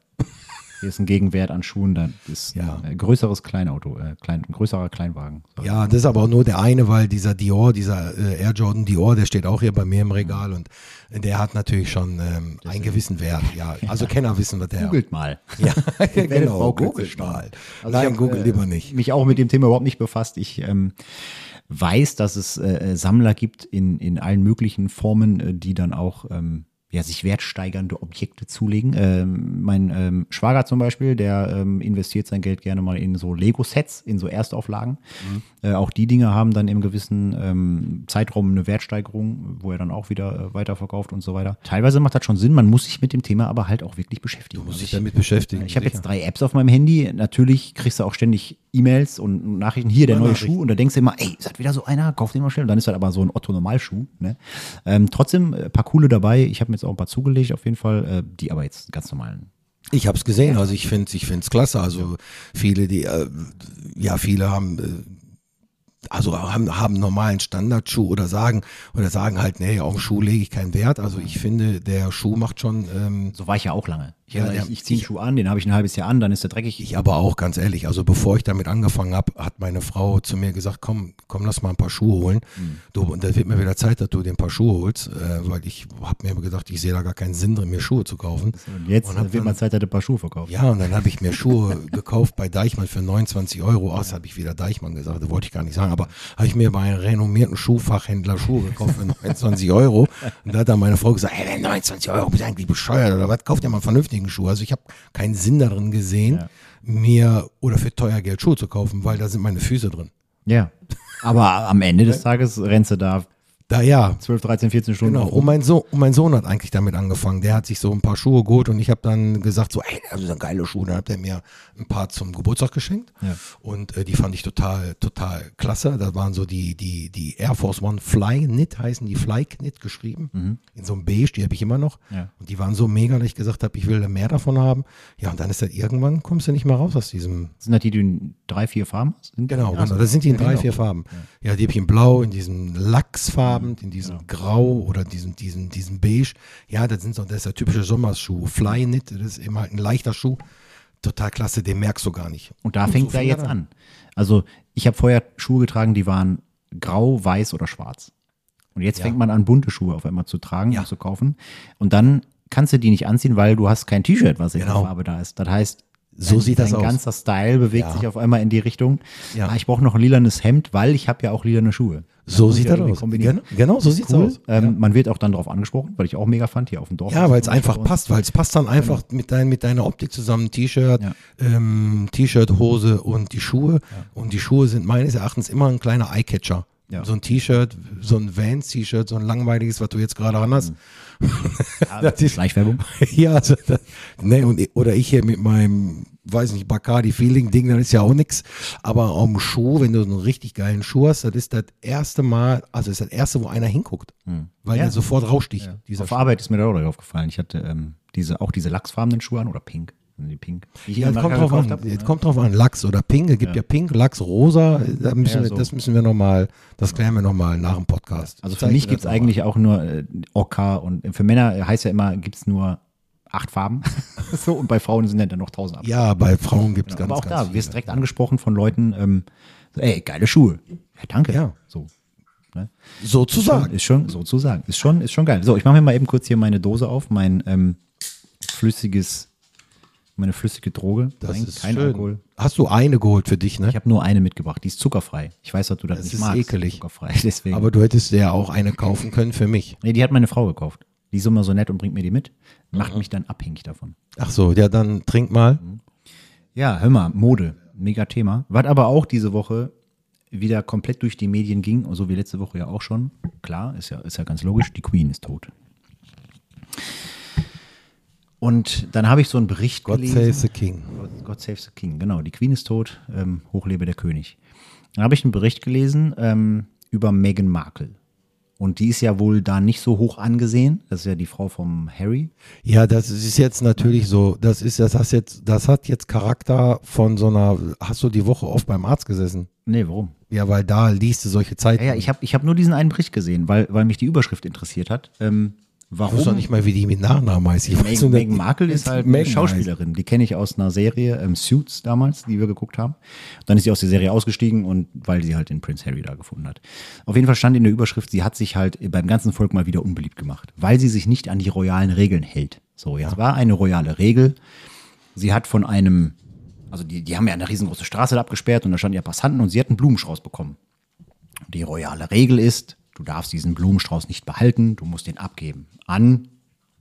Speaker 1: hier ist ein Gegenwert an Schuhen. Da ist
Speaker 2: Ja.
Speaker 1: ein äh, größeres Kleinauto, äh, klein, ein größerer Kleinwagen. So.
Speaker 2: Ja, das ist aber auch nur der eine, weil dieser Dior, dieser äh, Air Jordan Dior, der steht auch hier bei
Speaker 1: Mhm.
Speaker 2: mir im Regal und der hat natürlich schon ähm, einen gewissen Wert. Ja,
Speaker 1: [laughs]
Speaker 2: also Kenner wissen, was der
Speaker 1: Googelt mal. [laughs]
Speaker 2: Ja,
Speaker 1: werdet
Speaker 2: genau.
Speaker 1: Bauklötze
Speaker 2: Googelt
Speaker 1: staunen.
Speaker 2: mal.
Speaker 1: Also ich
Speaker 2: Nein,
Speaker 1: hab,
Speaker 2: googelt
Speaker 1: äh,
Speaker 2: lieber nicht.
Speaker 1: mich auch mit dem Thema überhaupt nicht befasst. Ich ähm, weiß, dass es äh, äh, Sammler gibt in, in allen möglichen Formen, äh, die dann auch ähm, ja, sich wertsteigernde Objekte zulegen. Ähm, mein ähm, Schwager zum Beispiel, der ähm, investiert sein Geld gerne mal in so Lego-Sets, in so Erstauflagen.
Speaker 2: Mhm.
Speaker 1: Äh, auch die Dinge haben dann im gewissen ähm, Zeitraum eine Wertsteigerung, wo er dann auch wieder äh, weiterverkauft und so weiter. Teilweise macht das schon Sinn, man muss sich mit dem Thema aber halt auch wirklich beschäftigen.
Speaker 2: muss
Speaker 1: Also
Speaker 2: sich
Speaker 1: ich-
Speaker 2: damit beschäftigen.
Speaker 1: ich habe
Speaker 2: sicher.
Speaker 1: jetzt drei Apps auf meinem Handy. Natürlich kriegst du auch ständig E-Mails und Nachrichten. Hier der
Speaker 2: Ja,
Speaker 1: neue
Speaker 2: Nachrichten.
Speaker 1: Schuh. Und da denkst du immer, ey, ist das wieder so einer? Kauf den mal schnell. Und dann ist das aber so ein Otto-Normalschuh. Ne? Ähm, trotzdem, äh, paar coole dabei. Ich habe mir jetzt auch ein paar zugelegt, auf jeden Fall. Äh, die aber jetzt ganz normalen.
Speaker 2: Ich habe es gesehen, also ich finde es ich find's klasse. Also viele, die, äh, ja, viele haben, äh, also haben, haben einen normalen Standardschuh oder sagen, oder sagen halt, nee, auf den Schuh lege ich keinen Wert. Also ich finde, der Schuh macht schon, ähm,
Speaker 1: So war ich ja auch lange. Ich,
Speaker 2: Ja,
Speaker 1: also,
Speaker 2: der-
Speaker 1: ich, ich ziehe einen Schuh an, den habe ich ein halbes Jahr an, dann ist der dreckig.
Speaker 2: ich aber auch ganz ehrlich, also bevor ich damit angefangen habe, hat meine Frau zu mir gesagt, komm, komm, lass mal ein paar Schuhe holen. Du, und das wird mir wieder Zeit, dass du dir ein paar Schuhe holst, äh, weil ich habe mir gedacht, ich sehe da gar keinen Sinn drin, mir Schuhe zu kaufen.
Speaker 1: und jetzt
Speaker 2: Und hab
Speaker 1: äh, wird
Speaker 2: dann-
Speaker 1: mal Zeit, dass du ein paar Schuhe verkauft.
Speaker 2: Ja, und dann habe ich mir Schuhe gekauft bei Deichmann für 29 Euro. Ach, das habe ich wieder Deichmann gesagt, das wollte ich gar nicht sagen, aber habe ich mir bei einem renommierten Schuhfachhändler Schuhe gekauft für [laughs] 29 Euro. Und da hat dann meine Frau gesagt, hey, wenn 29 Euro, bist du eigentlich bescheuert oder was? Kauf dir mal einen vernünftigen Schuh. Also ich habe keinen Sinn darin gesehen,
Speaker 1: Ja.
Speaker 2: mir oder für teuer Geld Schuhe zu kaufen, weil da sind meine Füße drin.
Speaker 1: Ja. Aber am Ende des Tages rennst du da
Speaker 2: Da ja.
Speaker 1: 12, 13, 14 Stunden.
Speaker 2: Genau.
Speaker 1: rum.
Speaker 2: Und mein, so und mein Sohn hat eigentlich damit angefangen. Der hat sich so ein paar Schuhe geholt und ich habe dann gesagt, so, ey, das sind geile Schuhe. Dann hat er mir ein paar zum Geburtstag geschenkt.
Speaker 1: Ja.
Speaker 2: Und äh, die fand ich total, total klasse. Das waren so die, die, die Air Force One Fly Knit heißen die Fly Knit geschrieben. In so einem Beige, die habe ich immer noch.
Speaker 1: Mhm. Ja.
Speaker 2: Und die waren so mega, dass ich gesagt habe, ich will da mehr davon haben. Ja, und dann ist das irgendwann, kommst du nicht mehr raus aus diesem
Speaker 1: Sind das die, die in drei, vier Farben sind?
Speaker 2: Genau,
Speaker 1: Ja,
Speaker 2: genau. Das sind die in drei,
Speaker 1: genau.
Speaker 2: vier Farben. Ja, Mhm. Genau. die habe ich in Blau, in diesem Lachsfarben, in diesem Grau oder diesem, diesem, diesem Beige. Ja, das sind so, das ist der typische Sommerschuh. Fly Knit, das ist eben halt ein leichter Schuh. Total klasse, den merkst du gar nicht.
Speaker 1: Und da fängt
Speaker 2: so
Speaker 1: er
Speaker 2: fing er
Speaker 1: jetzt an. Also ich habe vorher Schuhe getragen, die waren grau, weiß oder schwarz. Und jetzt fängt man an, bunte Schuhe auf einmal zu tragen
Speaker 2: Ja.
Speaker 1: und zu kaufen. Und dann kannst du die nicht anziehen, weil du hast kein T-Shirt, was in der
Speaker 2: Genau.
Speaker 1: Farbe da ist. Das heißt,
Speaker 2: So sieht das
Speaker 1: dein
Speaker 2: aus.
Speaker 1: ganzer Style bewegt
Speaker 2: Ja.
Speaker 1: sich auf einmal in die Richtung.
Speaker 2: Ja.
Speaker 1: Ah, ich brauche noch ein lilanes Hemd, weil ich habe ja auch lilane Schuhe.
Speaker 2: So
Speaker 1: muss ich
Speaker 2: sieht
Speaker 1: ja
Speaker 2: das
Speaker 1: irgendwie
Speaker 2: aus.
Speaker 1: kombinieren.
Speaker 2: Genau, genau, so sieht's
Speaker 1: Cool.
Speaker 2: aus.
Speaker 1: Ähm, Man wird auch dann darauf angesprochen, weil ich auch mega fand hier auf dem Dorf.
Speaker 2: Ja, weil es einfach passt, weil es passt dann einfach mit, dein, mit deiner Optik zusammen, T-Shirt,
Speaker 1: Ja.
Speaker 2: ähm, T-Shirt, Hose und die Schuhe. Und die Schuhe sind meines Erachtens immer ein kleiner Eyecatcher.
Speaker 1: Ja.
Speaker 2: So ein T-Shirt, so ein Vans-T-Shirt, so ein langweiliges, was du jetzt gerade an hast.
Speaker 1: Ja,
Speaker 2: [laughs]
Speaker 1: Schleichwerbung.
Speaker 2: ja, also, das, ne, und, oder ich hier mit meinem, weiß nicht, Bacardi-Feeling-Ding, das ist ja auch nix. Aber am Schuh, wenn du so einen richtig geilen Schuh hast, das ist das erste Mal, also das ist das erste, wo einer hinguckt. Weil
Speaker 1: Ja.
Speaker 2: der sofort raussticht. Dieser
Speaker 1: Auf Arbeit ist mir da auch drauf gefallen. Ich hatte ähm, diese, auch diese lachsfarbenen Schuhe an oder pink. Die pink. Die ich
Speaker 2: Ja,
Speaker 1: in
Speaker 2: es
Speaker 1: der
Speaker 2: kommt
Speaker 1: Marke
Speaker 2: drauf an.
Speaker 1: gekauft habe.
Speaker 2: Es kommt drauf an. Lachs oder Pink. Es gibt ja, Pink, Lachs, Rosa. Da müssen
Speaker 1: Ja,
Speaker 2: wir,
Speaker 1: so.
Speaker 2: Das müssen wir nochmal, das klären wir nochmal nach dem Podcast.
Speaker 1: Also für
Speaker 2: Zeig
Speaker 1: mich
Speaker 2: mir
Speaker 1: gibt es
Speaker 2: das noch mal.
Speaker 1: eigentlich auch nur äh, OK und äh, für Männer heißt ja immer, gibt es nur acht Farben. [laughs] so, und bei Frauen sind ja dann noch tausend ab.
Speaker 2: Ja, bei Frauen gibt es ganz,
Speaker 1: Aber auch
Speaker 2: ganz
Speaker 1: da
Speaker 2: viele.
Speaker 1: wirst direkt angesprochen von Leuten, ähm, so, ey, geile Schuhe. Ja, danke.
Speaker 2: Ja.
Speaker 1: So.
Speaker 2: Sozusagen.
Speaker 1: Ist schon, sozusagen. Ist schon, ist schon geil. So, ich mache mir mal eben kurz hier meine Dose auf, mein ähm, flüssiges, meine flüssige Droge.
Speaker 2: Das
Speaker 1: Nein,
Speaker 2: ist
Speaker 1: kein
Speaker 2: schön.
Speaker 1: Alkohol.
Speaker 2: Hast du eine geholt für dich, ne?
Speaker 1: Ich habe nur eine mitgebracht, die ist zuckerfrei. Ich weiß, dass du das, nicht
Speaker 2: ist
Speaker 1: magst.
Speaker 2: ekelig.
Speaker 1: Zuckerfrei, [laughs] deswegen.
Speaker 2: Aber du hättest dir ja auch eine kaufen können für mich.
Speaker 1: nee, die hat meine Frau gekauft. Die ist immer so nett und bringt mir die mit.
Speaker 2: Mhm.
Speaker 1: Macht mich dann abhängig davon.
Speaker 2: Ach so, ja, dann trink mal.
Speaker 1: Mhm. Ja, hör mal, Mode, mega Thema. Was aber auch diese Woche wieder komplett durch die Medien ging, so wie letzte Woche ja auch schon. Klar, ist ja, ist ja ganz logisch, die Queen ist tot. Und dann habe ich so einen Bericht
Speaker 2: God
Speaker 1: gelesen.
Speaker 2: save the king.
Speaker 1: God, God Save the King, genau. Die Queen ist tot, ähm, hochlebe der König. Dann habe ich einen Bericht gelesen ähm, über Meghan Markle. Und die ist ja wohl da nicht so hoch angesehen. Das ist ja die Frau vom Harry.
Speaker 2: Ja, das ist jetzt natürlich so. Das ist, das hast jetzt, das hat jetzt Charakter von so einer. Hast du die Woche oft beim Arzt gesessen?
Speaker 1: Nee, warum?
Speaker 2: Ja, weil da liest du solche Zeiten.
Speaker 1: Ja, ja ich habe ich hab nur diesen einen Bericht gesehen, weil, weil mich die Überschrift interessiert hat. Ähm,
Speaker 2: Ich weiß doch
Speaker 1: warum?
Speaker 2: nicht mal, wie die mit Nachnamen heißt. Ich weiß
Speaker 1: Meghan,
Speaker 2: nur, dass-
Speaker 1: Meghan Markle ist halt eine
Speaker 2: Meghan
Speaker 1: Schauspielerin. Die kenne ich aus einer Serie, ähm, Suits damals, die wir geguckt haben. Dann ist sie aus der Serie ausgestiegen und weil sie halt den Prince Harry da gefunden hat. Auf jeden Fall stand in der Überschrift, sie hat sich halt beim ganzen Volk mal wieder unbeliebt gemacht, weil sie sich nicht an die royalen Regeln hält. So, jetzt war eine royale Regel. Sie hat von einem, also die, die haben ja eine riesengroße Straße da abgesperrt und da standen ja Passanten und sie hat einen Blumenstrauß bekommen. Und die royale Regel ist, du darfst diesen Blumenstrauß nicht behalten, du musst den abgeben an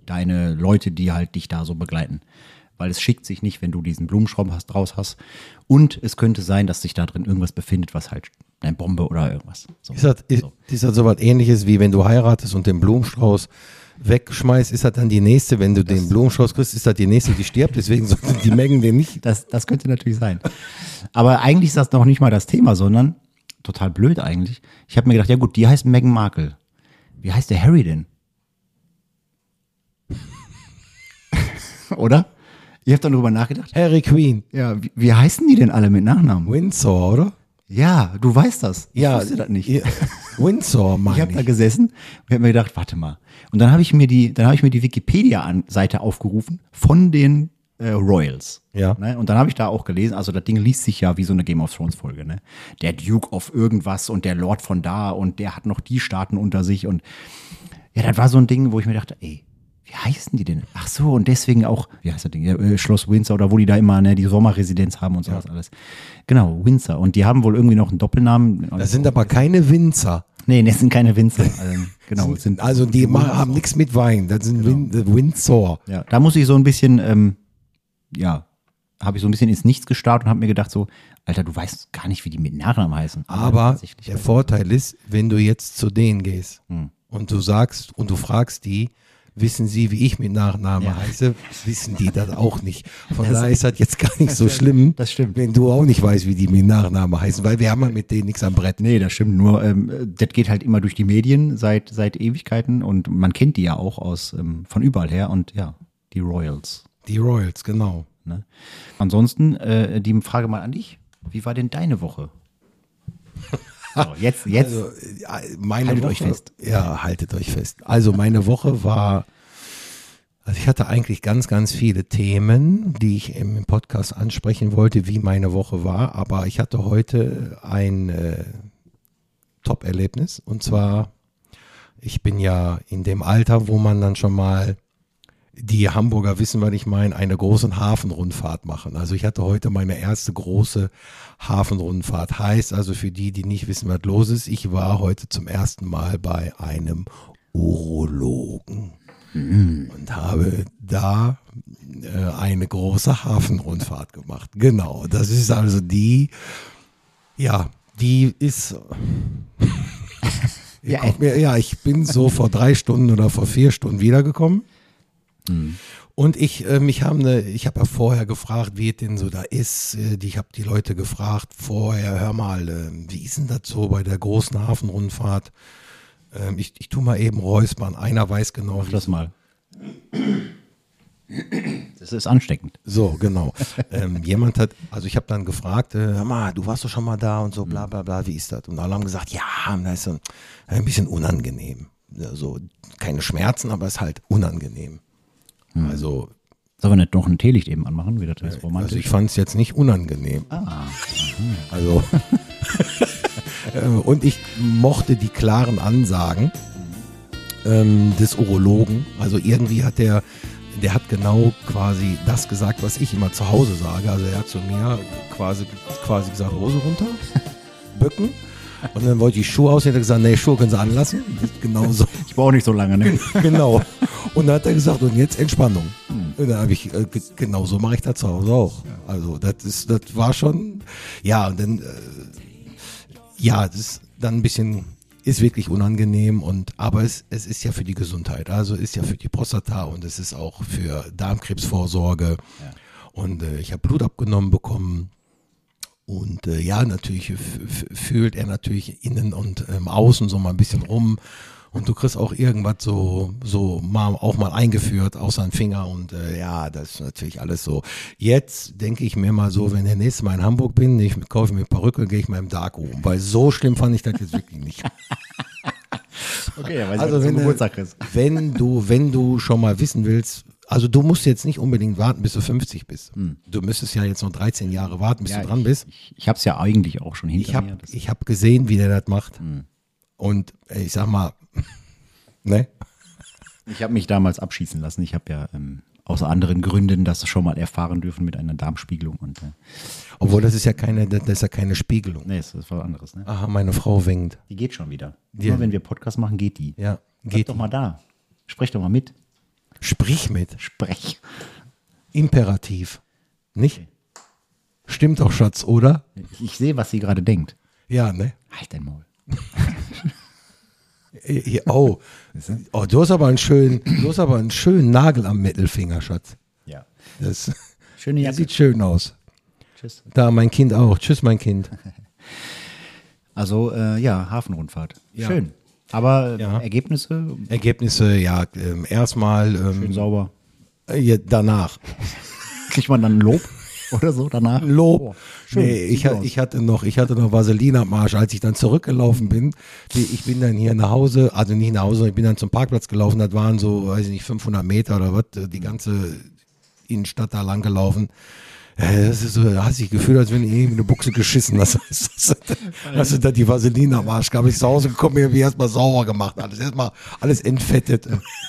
Speaker 1: deine Leute, die halt dich da so begleiten. Weil es schickt sich nicht, wenn du diesen Blumenstrauß hast- draus hast. Und es könnte sein, dass sich da drin irgendwas befindet, was halt eine Bombe oder irgendwas. So.
Speaker 2: Ist das, ist,
Speaker 1: So.
Speaker 2: ist das so was ähnliches wie wenn du heiratest und den Blumenstrauß wegschmeißt, ist das dann die nächste, wenn du den Blumenstrauß kriegst, ist das die nächste, die stirbt, deswegen sollten die Mengen den nicht.
Speaker 1: Das, das könnte natürlich sein. Aber eigentlich ist das noch nicht mal das Thema, sondern total blöd eigentlich. Ich habe mir gedacht, ja gut, die heißt Meghan Markle. Wie heißt der Harry denn? [laughs] Oder? Ihr habt dann drüber nachgedacht.
Speaker 2: Harry Queen,
Speaker 1: Ja, wie, wie heißen die denn alle mit Nachnamen?
Speaker 2: Windsor, oder?
Speaker 1: Ja, du weißt das.
Speaker 2: Ja,
Speaker 1: ich wusste das nicht.
Speaker 2: Ja, Windsor,
Speaker 1: Ich habe
Speaker 2: meine
Speaker 1: da
Speaker 2: ich.
Speaker 1: gesessen und habe mir gedacht, warte mal. Und dann habe ich mir die, dann habe ich mir die Wikipedia-Seite aufgerufen von den äh, Royals.
Speaker 2: Ja.
Speaker 1: Ne? Und dann habe ich da auch gelesen, also das Ding liest sich ja wie so eine Game of Thrones Folge, ne? Der Duke of irgendwas und der Lord von da und der hat noch die Staaten unter sich und ja, das war so ein Ding, wo ich mir dachte, ey, wie heißen die denn? Ach so, und deswegen auch, wie heißt das Ding? Ja, äh, Schloss Windsor oder wo die da immer ne, die Sommerresidenz haben und sowas alles. Genau, Windsor. Und die haben wohl irgendwie noch einen Doppelnamen.
Speaker 2: Das sind aber keine Winzer.
Speaker 1: Nee, das sind keine Winzer. Also,
Speaker 2: [laughs]
Speaker 1: genau. Sind, Genau.
Speaker 2: Also die machen, haben nichts mit Wein. Das sind Win, Windsor.
Speaker 1: ja, da muss ich so ein bisschen, ähm, ja, habe ich so ein bisschen ins Nichts gestarrt und habe mir gedacht so, Alter, du weißt gar nicht, wie die mit Nachnamen heißen.
Speaker 2: Aber
Speaker 1: tatsächlich-
Speaker 2: der Vorteil ist, wenn du jetzt zu denen gehst
Speaker 1: Hm.
Speaker 2: und du sagst und du fragst die, wissen sie, wie ich mit Nachnamen
Speaker 1: Ja. [laughs]
Speaker 2: heiße, wissen die das auch nicht. Von daher ist das jetzt gar nicht so schlimm,
Speaker 1: das stimmt.
Speaker 2: wenn du auch nicht weißt, wie die mit Nachnamen heißen, weil wir haben ja mit denen nichts am Brett.
Speaker 1: Nee, das stimmt. Nur ähm, das geht halt immer durch die Medien seit, seit Ewigkeiten und man kennt die ja auch aus ähm, von überall her und ja, die Royals.
Speaker 2: Die Royals, genau.
Speaker 1: Ne? Ansonsten, äh, die Frage mal an dich. Wie war denn deine Woche? So, jetzt, jetzt.
Speaker 2: [laughs] Also, äh, meine
Speaker 1: Haltet
Speaker 2: Woche,
Speaker 1: euch fest.
Speaker 2: Ja, haltet euch fest. Also meine Woche war, also ich hatte eigentlich ganz, ganz viele Themen, die ich im Podcast ansprechen wollte, wie meine Woche war. Aber ich hatte heute ein äh, Top-Erlebnis. Und zwar, ich bin ja in dem Alter, wo man dann schon mal die Hamburger wissen, was ich meine, eine große Hafenrundfahrt machen. Also ich hatte heute meine erste große Hafenrundfahrt. Heißt also für die, die nicht wissen, was los ist, ich war heute zum ersten Mal bei einem Urologen und habe da äh, eine große Hafenrundfahrt gemacht. Genau, das ist also die, ja, die ist Ihr
Speaker 1: Ja,
Speaker 2: kommt mir, ja, ich bin so vor drei Stunden oder vor vier Stunden wiedergekommen. Und ich, äh, mich haben eine, ich habe ja vorher gefragt, wie es denn so da ist. Äh, die, ich habe die Leute gefragt vorher, hör mal, äh, wie ist denn das so bei der großen Hafenrundfahrt? Ähm, ich, ich tu mal eben räuspern. Einer weiß genau,
Speaker 1: Mach das mal. Das ist ansteckend.
Speaker 2: So, genau. ähm, jemand hat, also ich habe dann gefragt, äh, hör mal, du warst doch schon mal da und so, bla bla bla, wie ist das? Und alle haben gesagt, ja, und das ist so ein, ein bisschen unangenehm. Ja, So, keine Schmerzen, aber es ist halt unangenehm. Also,
Speaker 1: Sollen wir nicht noch ein Teelicht eben anmachen? Wieder das ist
Speaker 2: also
Speaker 1: romantisch.
Speaker 2: ich fand es jetzt nicht unangenehm. Also, [laughs] äh, und ich mochte die klaren Ansagen ähm, des Urologen. Also irgendwie hat der, der hat genau quasi das gesagt, was ich immer zu Hause sage. Also er hat zu mir quasi, quasi gesagt, Hose runter, bücken. Und dann wollte ich Schuhe ausziehen, hat er gesagt, nee, Schuhe können Sie anlassen. Genau so
Speaker 1: Ich brauche nicht so lange,
Speaker 2: [laughs]
Speaker 1: ne?
Speaker 2: genau. Und dann hat er gesagt, und jetzt Entspannung. Und da habe ich, äh, ge- genau so mache ich das zu Hause auch. Also das ist, das war schon, ja, und dann, äh, ja, das ist dann ein bisschen, ist wirklich unangenehm und, aber es, es ist ja für die Gesundheit, also ist ja für die Prostata und es ist auch für Darmkrebsvorsorge. Und äh, ich habe Blut abgenommen bekommen. Und äh, ja, natürlich f- f- fühlt er natürlich innen und ähm, außen so mal ein bisschen rum. Und du kriegst auch irgendwas so, so mal, auch mal eingeführt, außer einen Finger. Und äh, ja, das ist natürlich alles so. Jetzt denke ich mir mal so, wenn der nächste Mal in Hamburg bin, ich kaufe mir Perücke, gehe ich mal im Darko um. Weil so schlimm fand ich das jetzt wirklich
Speaker 1: [laughs]
Speaker 2: nicht.
Speaker 1: Okay, ja, weiß
Speaker 2: Also
Speaker 1: was du
Speaker 2: wenn, du-
Speaker 1: Geburtstag kriegst.
Speaker 2: wenn du, wenn du schon mal wissen willst, also du musst jetzt nicht unbedingt warten, bis du 50 bist. Du müsstest ja jetzt noch 13 Jahre warten, bis
Speaker 1: Hm. Ja,
Speaker 2: du dran bist.
Speaker 1: Ich, ich habe es ja eigentlich auch schon hinter
Speaker 2: Ich habe
Speaker 1: mir. Das-
Speaker 2: ich hab gesehen, wie der das macht.
Speaker 1: Hm.
Speaker 2: Und äh, ich sag mal, [laughs] ne?
Speaker 1: Ich habe mich damals abschießen lassen. Ich habe ja ähm, aus anderen Gründen das schon mal erfahren dürfen mit einer Darmspiegelung. Und, äh,
Speaker 2: Obwohl das ist ja keine, das ist ja keine Spiegelung.
Speaker 1: nee, das ist was anderes. Ne?
Speaker 2: Aha, meine Frau winkt.
Speaker 1: Die geht schon wieder.
Speaker 2: Ja.
Speaker 1: Immer wenn wir Podcast machen, geht die.
Speaker 2: Ja,
Speaker 1: Geht
Speaker 2: geht.
Speaker 1: doch mal da. Sprech doch mal mit.
Speaker 2: Sprich mit.
Speaker 1: Sprech.
Speaker 2: Imperativ. Nicht? Stimmt doch, Schatz, oder?
Speaker 1: Ich sehe, was sie gerade denkt.
Speaker 2: Ja, ne?
Speaker 1: Halt dein Maul.
Speaker 2: Äh, hier-
Speaker 1: [laughs]
Speaker 2: Oh. oh, du hast aber einen schönen, du hast aber einen schönen Nagel am Mittelfinger, Schatz.
Speaker 1: Ja. [laughs]
Speaker 2: Das
Speaker 1: Schöne Jacke.
Speaker 2: [laughs] sieht schön aus.
Speaker 1: Tschüss.
Speaker 2: Da, mein Kind auch. Tschüss,
Speaker 1: [laughs]
Speaker 2: mein Kind.
Speaker 1: Also, äh, ja, Hafenrundfahrt.
Speaker 2: Ja.
Speaker 1: Schön. Aber äh,
Speaker 2: Ja.
Speaker 1: Ergebnisse
Speaker 2: Ergebnisse, ja, ähm, erstmal
Speaker 1: schön
Speaker 2: ähm,
Speaker 1: sauber.
Speaker 2: äh, ja, danach.
Speaker 1: Kriegt man dann ein Lob oder so danach?
Speaker 2: Lob.
Speaker 1: Oh, schön.
Speaker 2: nee, ich,
Speaker 1: Sieht
Speaker 2: ha-
Speaker 1: aus.
Speaker 2: ich hatte noch, ich hatte noch Vaseline am Arsch, als ich dann zurückgelaufen bin. die- Ich bin dann hier nach Hause, also nicht nach Hause, ich bin dann zum Parkplatz gelaufen. Das waren so, weiß ich nicht, 500 Meter oder was, äh, die ganze Innenstadt da lang gelaufen. Äh, Das ist so, da hast du das Gefühl, als wenn du irgendwie eine Buchse geschissen hast. [laughs] Das hast du da die Vaseline am Arsch gehabt. Ich zu Hause gekommen, mir irgendwie erstmal sauer gemacht. Alles erstmal, alles entfettet. [laughs]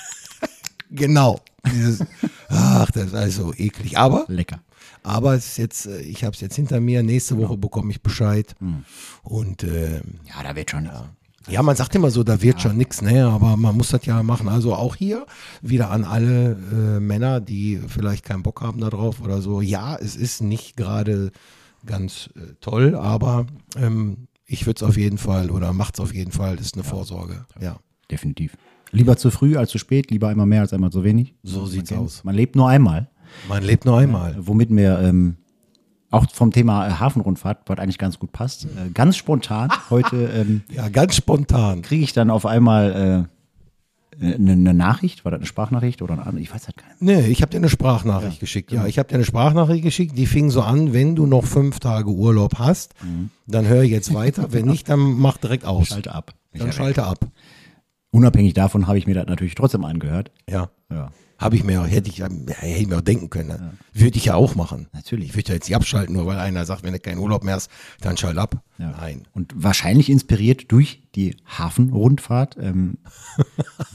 Speaker 2: genau. Dieses, ach, das ist alles so eklig. Aber
Speaker 1: Lecker.
Speaker 2: aber es ist jetzt, äh, ich Genau. Hm. habe es jetzt hinter mir. Nächste Woche bekomme ich Bescheid. Und ähm,
Speaker 1: Ja, da wird schon.
Speaker 2: Ja, man sagt immer so, da wird schon nichts, ne? aber man muss das ja machen. Also auch hier wieder an alle äh, Männer, die vielleicht keinen Bock haben darauf oder so. Ja, es ist nicht gerade ganz äh, toll, aber ähm, ich würde es auf jeden Fall oder macht es auf jeden Fall. Das ist eine Vorsorge. Ja,
Speaker 1: Definitiv. Lieber zu früh als zu spät, lieber einmal mehr als einmal zu wenig.
Speaker 2: So
Speaker 1: Man
Speaker 2: sieht's
Speaker 1: kennt's.
Speaker 2: aus.
Speaker 1: Man lebt nur einmal.
Speaker 2: man lebt nur einmal.
Speaker 1: Womit mir ähm, auch vom Thema äh, Hafenrundfahrt, was eigentlich ganz gut passt, äh, ganz
Speaker 2: [laughs]
Speaker 1: spontan heute ähm,
Speaker 2: Ja, ganz spontan.
Speaker 1: kriege ich dann auf einmal eine äh, ne- ne Nachricht, war das eine Sprachnachricht oder eine andere? Ich weiß halt gar nicht.
Speaker 2: Nee, ich habe dir eine Sprachnachricht geschickt.
Speaker 1: genau.
Speaker 2: Ja, ich habe dir eine Sprachnachricht geschickt, die fing so an, wenn du noch fünf Tage Urlaub hast, dann hör jetzt weiter. Wenn nicht, dann mach direkt aus.
Speaker 1: Mhm. Schalte ab.
Speaker 2: dann schalte ab.
Speaker 1: Unabhängig davon habe ich mir das natürlich trotzdem angehört.
Speaker 2: Ja.
Speaker 1: Ja.
Speaker 2: Habe ich mir auch, hätte ich, ja, hätte ich mir auch denken können. ne? Würde ich ja auch machen.
Speaker 1: Natürlich.
Speaker 2: Ich würde ja jetzt nicht abschalten, nur weil einer sagt, wenn du keinen Urlaub mehr hast, dann schalt ab.
Speaker 1: Ja.
Speaker 2: Nein.
Speaker 1: Und wahrscheinlich inspiriert durch die Hafenrundfahrt
Speaker 2: [laughs]
Speaker 1: ähm,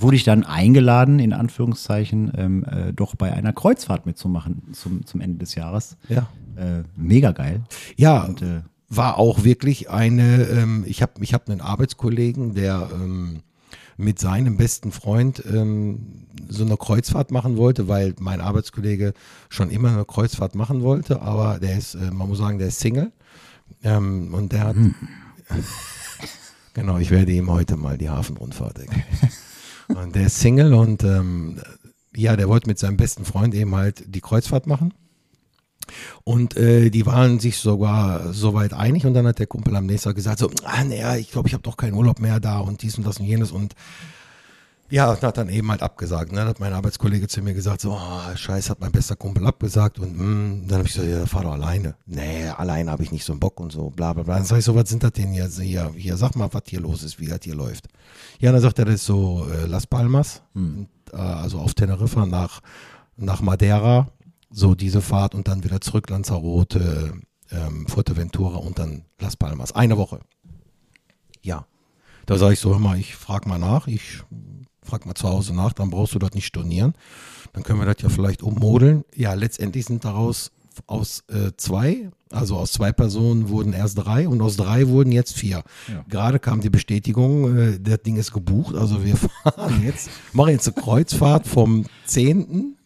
Speaker 1: wurde ich dann eingeladen, in Anführungszeichen, ähm, äh, doch bei einer Kreuzfahrt mitzumachen zum, zum Ende des Jahres.
Speaker 2: Ja.
Speaker 1: Äh, mega geil.
Speaker 2: Ja,
Speaker 1: äh,
Speaker 2: war auch wirklich eine, ähm, ich habe ich hab einen Arbeitskollegen, der ähm, mit seinem besten Freund ähm, so eine Kreuzfahrt machen wollte, weil mein Arbeitskollege schon immer eine Kreuzfahrt machen wollte, aber der ist, äh, man muss sagen, der ist Single ähm, und der hat, [laughs] genau, ich werde ihm heute mal die Hafenrundfahrt erklären. Und der ist Single und ähm, ja, der wollte mit seinem besten Freund eben halt die Kreuzfahrt machen. Und äh, die waren sich sogar soweit einig und dann hat der Kumpel am nächsten Tag gesagt, so, ah, naja, ich glaube, ich habe doch keinen Urlaub mehr da und dies und das und jenes und ja, und hat dann eben halt abgesagt. Ne? Dann hat mein Arbeitskollege zu mir gesagt, so, ah, scheiße, hat mein bester Kumpel abgesagt und mm, dann habe ich gesagt, ja, fahr doch alleine. Nee, alleine habe ich nicht so einen Bock und so, bla bla bla. Dann sage ich so, was sind das denn hier? So, hier? Hier, sag mal, was hier los ist, wie das hier läuft. Ja, dann sagt er, das ist so äh, Las Palmas, und, äh, also auf Teneriffa nach, nach Madeira, so diese Fahrt und dann wieder zurück, Lanzarote, ähm, Fuerteventura und dann Las Palmas. Eine Woche. Ja. Da sage ich so, hör mal, ich frage mal nach, ich frag mal zu Hause nach, dann brauchst du das nicht stornieren. Dann können wir das ja vielleicht ummodeln. Ja, letztendlich sind daraus aus äh, zwei, also aus zwei Personen wurden erst drei und aus drei wurden jetzt vier.
Speaker 1: Ja.
Speaker 2: Gerade kam die Bestätigung, äh, das Ding ist gebucht, also wir [laughs] fahren jetzt, machen jetzt eine Kreuzfahrt vom 10.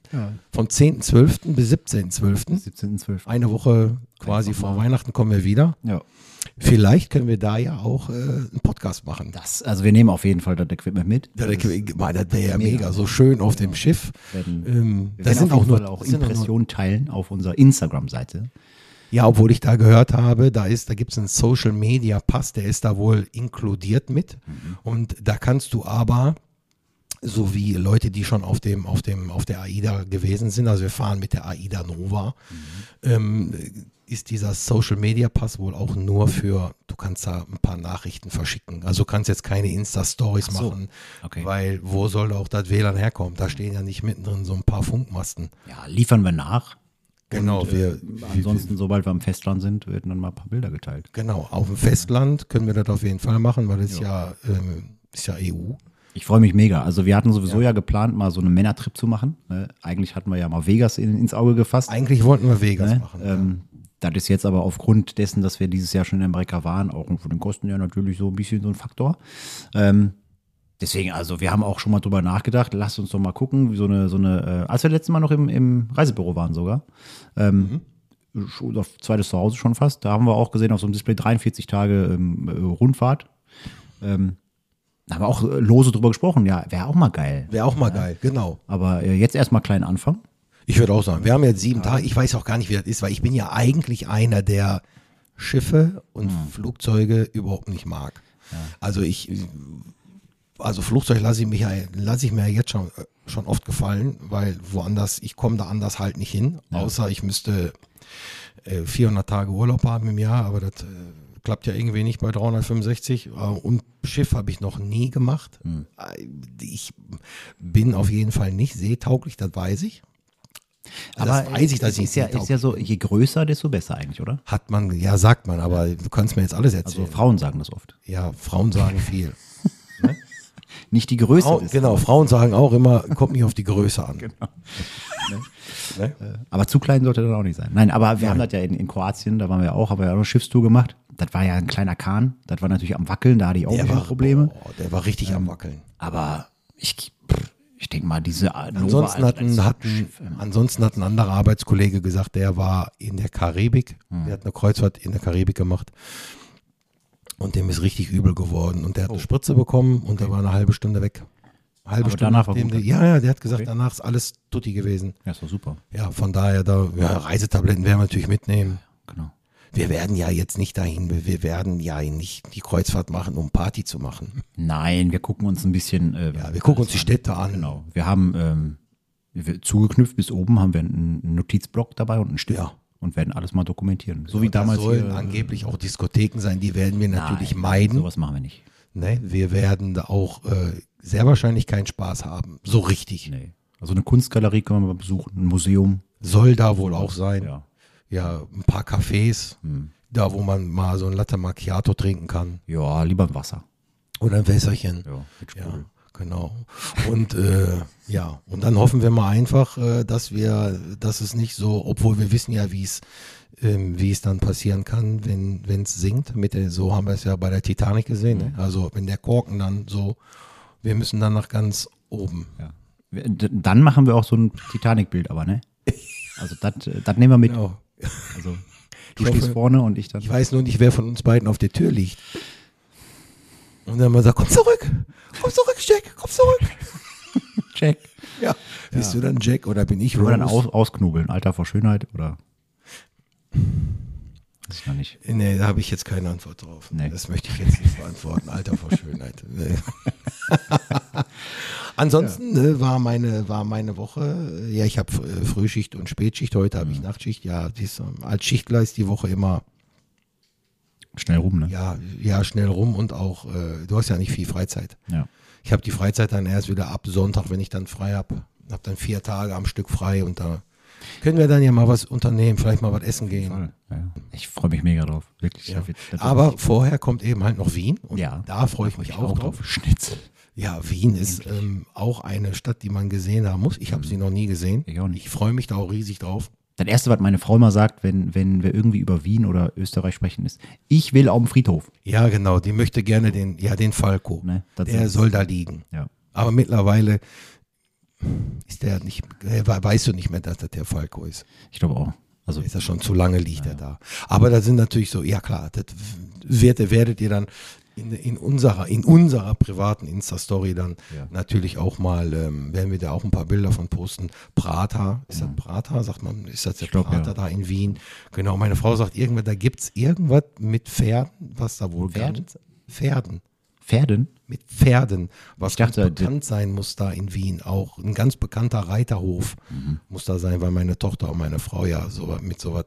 Speaker 2: Vom 10.12. bis 17.12.
Speaker 1: 17.12.
Speaker 2: Eine Woche quasi vor Weihnachten kommen wir wieder.
Speaker 1: Ja.
Speaker 2: Vielleicht können wir da ja auch äh, einen Podcast machen.
Speaker 1: Das, also wir nehmen auf jeden Fall das Equipment mit.
Speaker 2: Ja, das wäre ja mega, so schön auf dem Schiff.
Speaker 1: Werden-
Speaker 2: Ähm,
Speaker 1: Wir
Speaker 2: das
Speaker 1: werden
Speaker 2: sind
Speaker 1: auf
Speaker 2: auch
Speaker 1: jeden
Speaker 2: nur,
Speaker 1: Fall auch
Speaker 2: das sind auch nur
Speaker 1: Impressionen teilen auf unserer Instagram-Seite.
Speaker 2: Ja, obwohl ich da gehört habe, da ist, da gibt's einen Social Media Pass, der ist da wohl inkludiert mit.
Speaker 1: Mhm.
Speaker 2: Und da kannst du aber, so wie Leute, die schon auf dem, auf dem, auf der AIDA gewesen sind, also wir fahren mit der AIDA Nova,
Speaker 1: Mhm.
Speaker 2: ähm, ist dieser Social Media Pass wohl auch nur für, du kannst da ein paar Nachrichten verschicken. Also du kannst jetzt keine Insta-Stories
Speaker 1: so.
Speaker 2: machen,
Speaker 1: Okay.
Speaker 2: weil wo soll auch das WLAN herkommen? Da stehen ja nicht mittendrin so ein paar Funkmasten.
Speaker 1: Ja, liefern wir nach.
Speaker 2: Genau, wir,
Speaker 1: Ansonsten, sobald wir am Festland sind, werden dann mal ein paar Bilder geteilt.
Speaker 2: Genau, auf dem Festland können wir das auf jeden Fall machen, weil das ja, ähm, ist ja EU.
Speaker 1: Ich freue mich mega. Also wir hatten sowieso ja, geplant, mal so einen Männertrip zu machen. Ne? Eigentlich hatten wir ja mal Vegas in, ins Auge gefasst.
Speaker 2: Eigentlich wollten wir Vegas
Speaker 1: ne?
Speaker 2: machen.
Speaker 1: ähm, das ist jetzt aber aufgrund dessen, dass wir dieses Jahr schon in Amerika waren, auch von den Kosten ja natürlich so ein bisschen so ein Faktor. Ähm, deswegen, also wir haben auch schon mal drüber nachgedacht, lasst uns doch mal gucken, wie so eine, so eine, äh, als wir letztes Mal noch im, im Reisebüro waren sogar,
Speaker 2: Mhm.
Speaker 1: ähm, schon auf zweites Zuhause schon fast, da haben wir auch gesehen auf so einem Display 43 Tage ähm, äh, Rundfahrt. Ähm, da haben wir auch äh, lose drüber gesprochen, ja, wäre auch mal geil.
Speaker 2: Wäre auch mal geil, genau.
Speaker 1: Aber äh, jetzt erstmal klein anfangen.
Speaker 2: Ich würde auch sagen, wir haben jetzt sieben Tage, ich weiß auch gar nicht, wie das ist, weil ich bin ja eigentlich einer, der Schiffe und
Speaker 1: Hm.
Speaker 2: Flugzeuge überhaupt nicht mag. Also ich, also Flugzeug lasse ich, mich ja, lasse ich mir ja jetzt schon, äh, schon oft gefallen, weil woanders, ich komme da anders halt nicht hin, außer ich müsste äh, 400 Tage Urlaub haben im Jahr, aber das äh, klappt ja irgendwie nicht bei 365. Äh, und Schiff habe ich noch nie gemacht.
Speaker 1: Hm.
Speaker 2: Äh, Ich bin auf jeden Fall nicht seetauglich, das weiß ich. das weiß ich, dass
Speaker 1: es
Speaker 2: ich
Speaker 1: ist ja,
Speaker 2: seetauglich
Speaker 1: ist ja so, je größer, desto besser eigentlich, oder?
Speaker 2: Hat man, ja, sagt man, aber du kannst mir jetzt alles
Speaker 1: Also
Speaker 2: erzählen.
Speaker 1: Frauen sagen das oft.
Speaker 2: ja, Frauen sagen viel.
Speaker 1: Nicht die Größe
Speaker 2: Frau,
Speaker 1: ist.
Speaker 2: genau, Frauen sagen auch immer, kommt nicht auf die Größe an. Äh, Ne?
Speaker 1: Ne? Aber zu klein sollte das auch nicht sein. Nein, aber wir haben das ja in, in Kroatien, da waren wir auch, haben wir ja auch eine Schiffstour gemacht. Das war ja ein kleiner Kahn. Das war natürlich am Wackeln. Da hatte ich auch
Speaker 2: Der
Speaker 1: wieder
Speaker 2: war,
Speaker 1: Probleme.
Speaker 2: boah, der war richtig
Speaker 1: Ähm,
Speaker 2: am Wackeln.
Speaker 1: Aber ich, pff, ich denke mal, diese Nova
Speaker 2: Ansonsten
Speaker 1: als-
Speaker 2: hat, ein,
Speaker 1: als
Speaker 2: hat ein,
Speaker 1: Schiff, ähm,
Speaker 2: ansonsten hat ein anderer Arbeitskollege gesagt, der war in der Karibik.
Speaker 1: Hm.
Speaker 2: Der hat eine Kreuzfahrt in der Karibik gemacht. Und dem ist richtig übel geworden. Und der hat eine Spritze bekommen und der war eine halbe Stunde weg.
Speaker 1: Oh.
Speaker 2: Halbe
Speaker 1: Aber
Speaker 2: Stunde.
Speaker 1: danach war
Speaker 2: nachdem
Speaker 1: gut.
Speaker 2: der, ja, ja, der hat gesagt, danach ist alles tutti gewesen.
Speaker 1: Ja, ist doch super.
Speaker 2: Ja, von daher, da, ja, Reisetabletten werden wir natürlich mitnehmen.
Speaker 1: Genau.
Speaker 2: Wir werden ja jetzt nicht dahin, wir- wir werden ja nicht die Kreuzfahrt machen, um Party zu machen.
Speaker 1: Nein, wir gucken uns ein bisschen. Äh,
Speaker 2: Ja, wir gucken uns die Städte an.
Speaker 1: Genau. Wir haben ähm, wir, zugeknüpft bis oben haben wir einen einen Notizblock dabei und einen Stift
Speaker 2: Ja.
Speaker 1: und werden alles mal dokumentieren. So wie
Speaker 2: Da
Speaker 1: damals
Speaker 2: sollen
Speaker 1: hier,
Speaker 2: angeblich auch Diskotheken sein, die werden wir natürlich
Speaker 1: Nein,
Speaker 2: meiden.
Speaker 1: Sowas machen wir nicht.
Speaker 2: Ne? Wir werden da auch äh, sehr wahrscheinlich keinen Spaß haben. So richtig.
Speaker 1: Nee. Also eine Kunstgalerie können wir mal besuchen, ein Museum.
Speaker 2: Soll da wohl auch sein. Ja,
Speaker 1: Ja.
Speaker 2: ein paar Cafés, da wo man mal so ein Latte Macchiato trinken kann.
Speaker 1: Ja, lieber im Wasser.
Speaker 2: Oder ein Wässerchen.
Speaker 1: Ja, mit
Speaker 2: Ja,
Speaker 1: Sprudel.
Speaker 2: genau. Und äh, ja, und dann hoffen wir mal einfach, äh, dass wir, dass es nicht so, obwohl wir wissen ja, wie es ähm, wie es dann passieren kann, wenn wenn es sinkt. Mit der, so haben wir es ja bei der Titanic gesehen. Ne? Also wenn der Korken dann so, wir müssen dann nach ganz oben.
Speaker 1: Ja. Wir- d- Dann machen wir auch so ein Titanic-Bild, aber
Speaker 2: [laughs]
Speaker 1: ne? Also das äh, das nehmen wir mit.
Speaker 2: Genau.
Speaker 1: Also du
Speaker 2: Ich
Speaker 1: stehst
Speaker 2: hoffe-
Speaker 1: vorne und ich dann.
Speaker 2: Ich weiß nur nicht, wer von uns beiden auf der Tür liegt. Und dann mal sagt, komm zurück, komm zurück, Jack, komm zurück. [laughs]
Speaker 1: Check.
Speaker 2: Ja, bist du dann Jack oder bin ich
Speaker 1: Oder dann
Speaker 2: Rose?
Speaker 1: aus, ausknobeln, Alter vor Schönheit oder. Weiß ich noch nicht.
Speaker 2: Nee, da habe ich jetzt keine Antwort drauf.
Speaker 1: Nee.
Speaker 2: Das möchte ich jetzt nicht beantworten. Alter vor Schönheit.
Speaker 1: [laughs]
Speaker 2: Nee. Ansonsten ne, war, meine, war meine Woche, äh, ja, ich habe äh, Frühschicht und Spätschicht, heute habe ich
Speaker 1: Mhm.
Speaker 2: Nachtschicht, ja, dies, ähm, als Schichtler ist die Woche immer,
Speaker 1: Schnell rum, ne?
Speaker 2: ja, ja, schnell rum und auch, äh, du hast ja nicht viel Freizeit.
Speaker 1: Ja.
Speaker 2: Ich habe die Freizeit dann erst wieder ab Sonntag, wenn ich dann frei habe. Habe dann vier Tage am Stück frei und da können wir dann ja mal was unternehmen, vielleicht mal was essen gehen.
Speaker 1: Voll. Ja, ja. Ich freue mich mega drauf. Wirklich. Das wird- das wird
Speaker 2: Aber vorher kommt eben halt noch Wien und
Speaker 1: Ja.
Speaker 2: da freue ich mich auch drauf.
Speaker 1: Schnitzel.
Speaker 2: Ja, Wien ist ähm, auch eine Stadt, die man gesehen haben muss. Ich habe sie noch nie gesehen.
Speaker 1: Mhm. Ich auch nicht.
Speaker 2: freue mich da auch riesig drauf.
Speaker 1: Das erste, was meine Frau immer sagt, wenn, wenn wir irgendwie über Wien oder Österreich sprechen, ist, ich will auf dem Friedhof.
Speaker 2: Ja, genau. Die möchte gerne den, ja, den Falco.
Speaker 1: Ne, das
Speaker 2: Der
Speaker 1: ist-
Speaker 2: soll da liegen.
Speaker 1: Ja.
Speaker 2: Aber mittlerweile ist der nicht, äh, we- weißt du nicht mehr, dass das der Falco ist.
Speaker 1: Ich glaube auch. Also
Speaker 2: Ist er schon zu lange liegt er da. Aber da sind natürlich so, ja klar, das werdet, werdet ihr dann in, in unserer, in unserer privaten Insta-Story dann
Speaker 1: Ja.
Speaker 2: natürlich auch mal, ähm, werden wir da auch ein paar Bilder von posten. Prater, ist das Prater? Sagt man, ist das der
Speaker 1: Mhm. glaub,
Speaker 2: Prater
Speaker 1: ja.
Speaker 2: da in Wien? Genau, meine Frau sagt, irgendwann, da gibt es irgendwas mit Pferden, was da wohl
Speaker 1: Pferd?
Speaker 2: ganz- Pferden.
Speaker 1: Pferden?
Speaker 2: Mit Pferden, was
Speaker 1: Ich dachte,
Speaker 2: ganz bekannt sein muss da in Wien, auch ein ganz bekannter Reiterhof
Speaker 1: Mhm.
Speaker 2: muss da sein, weil meine Tochter und meine Frau ja so mit sowas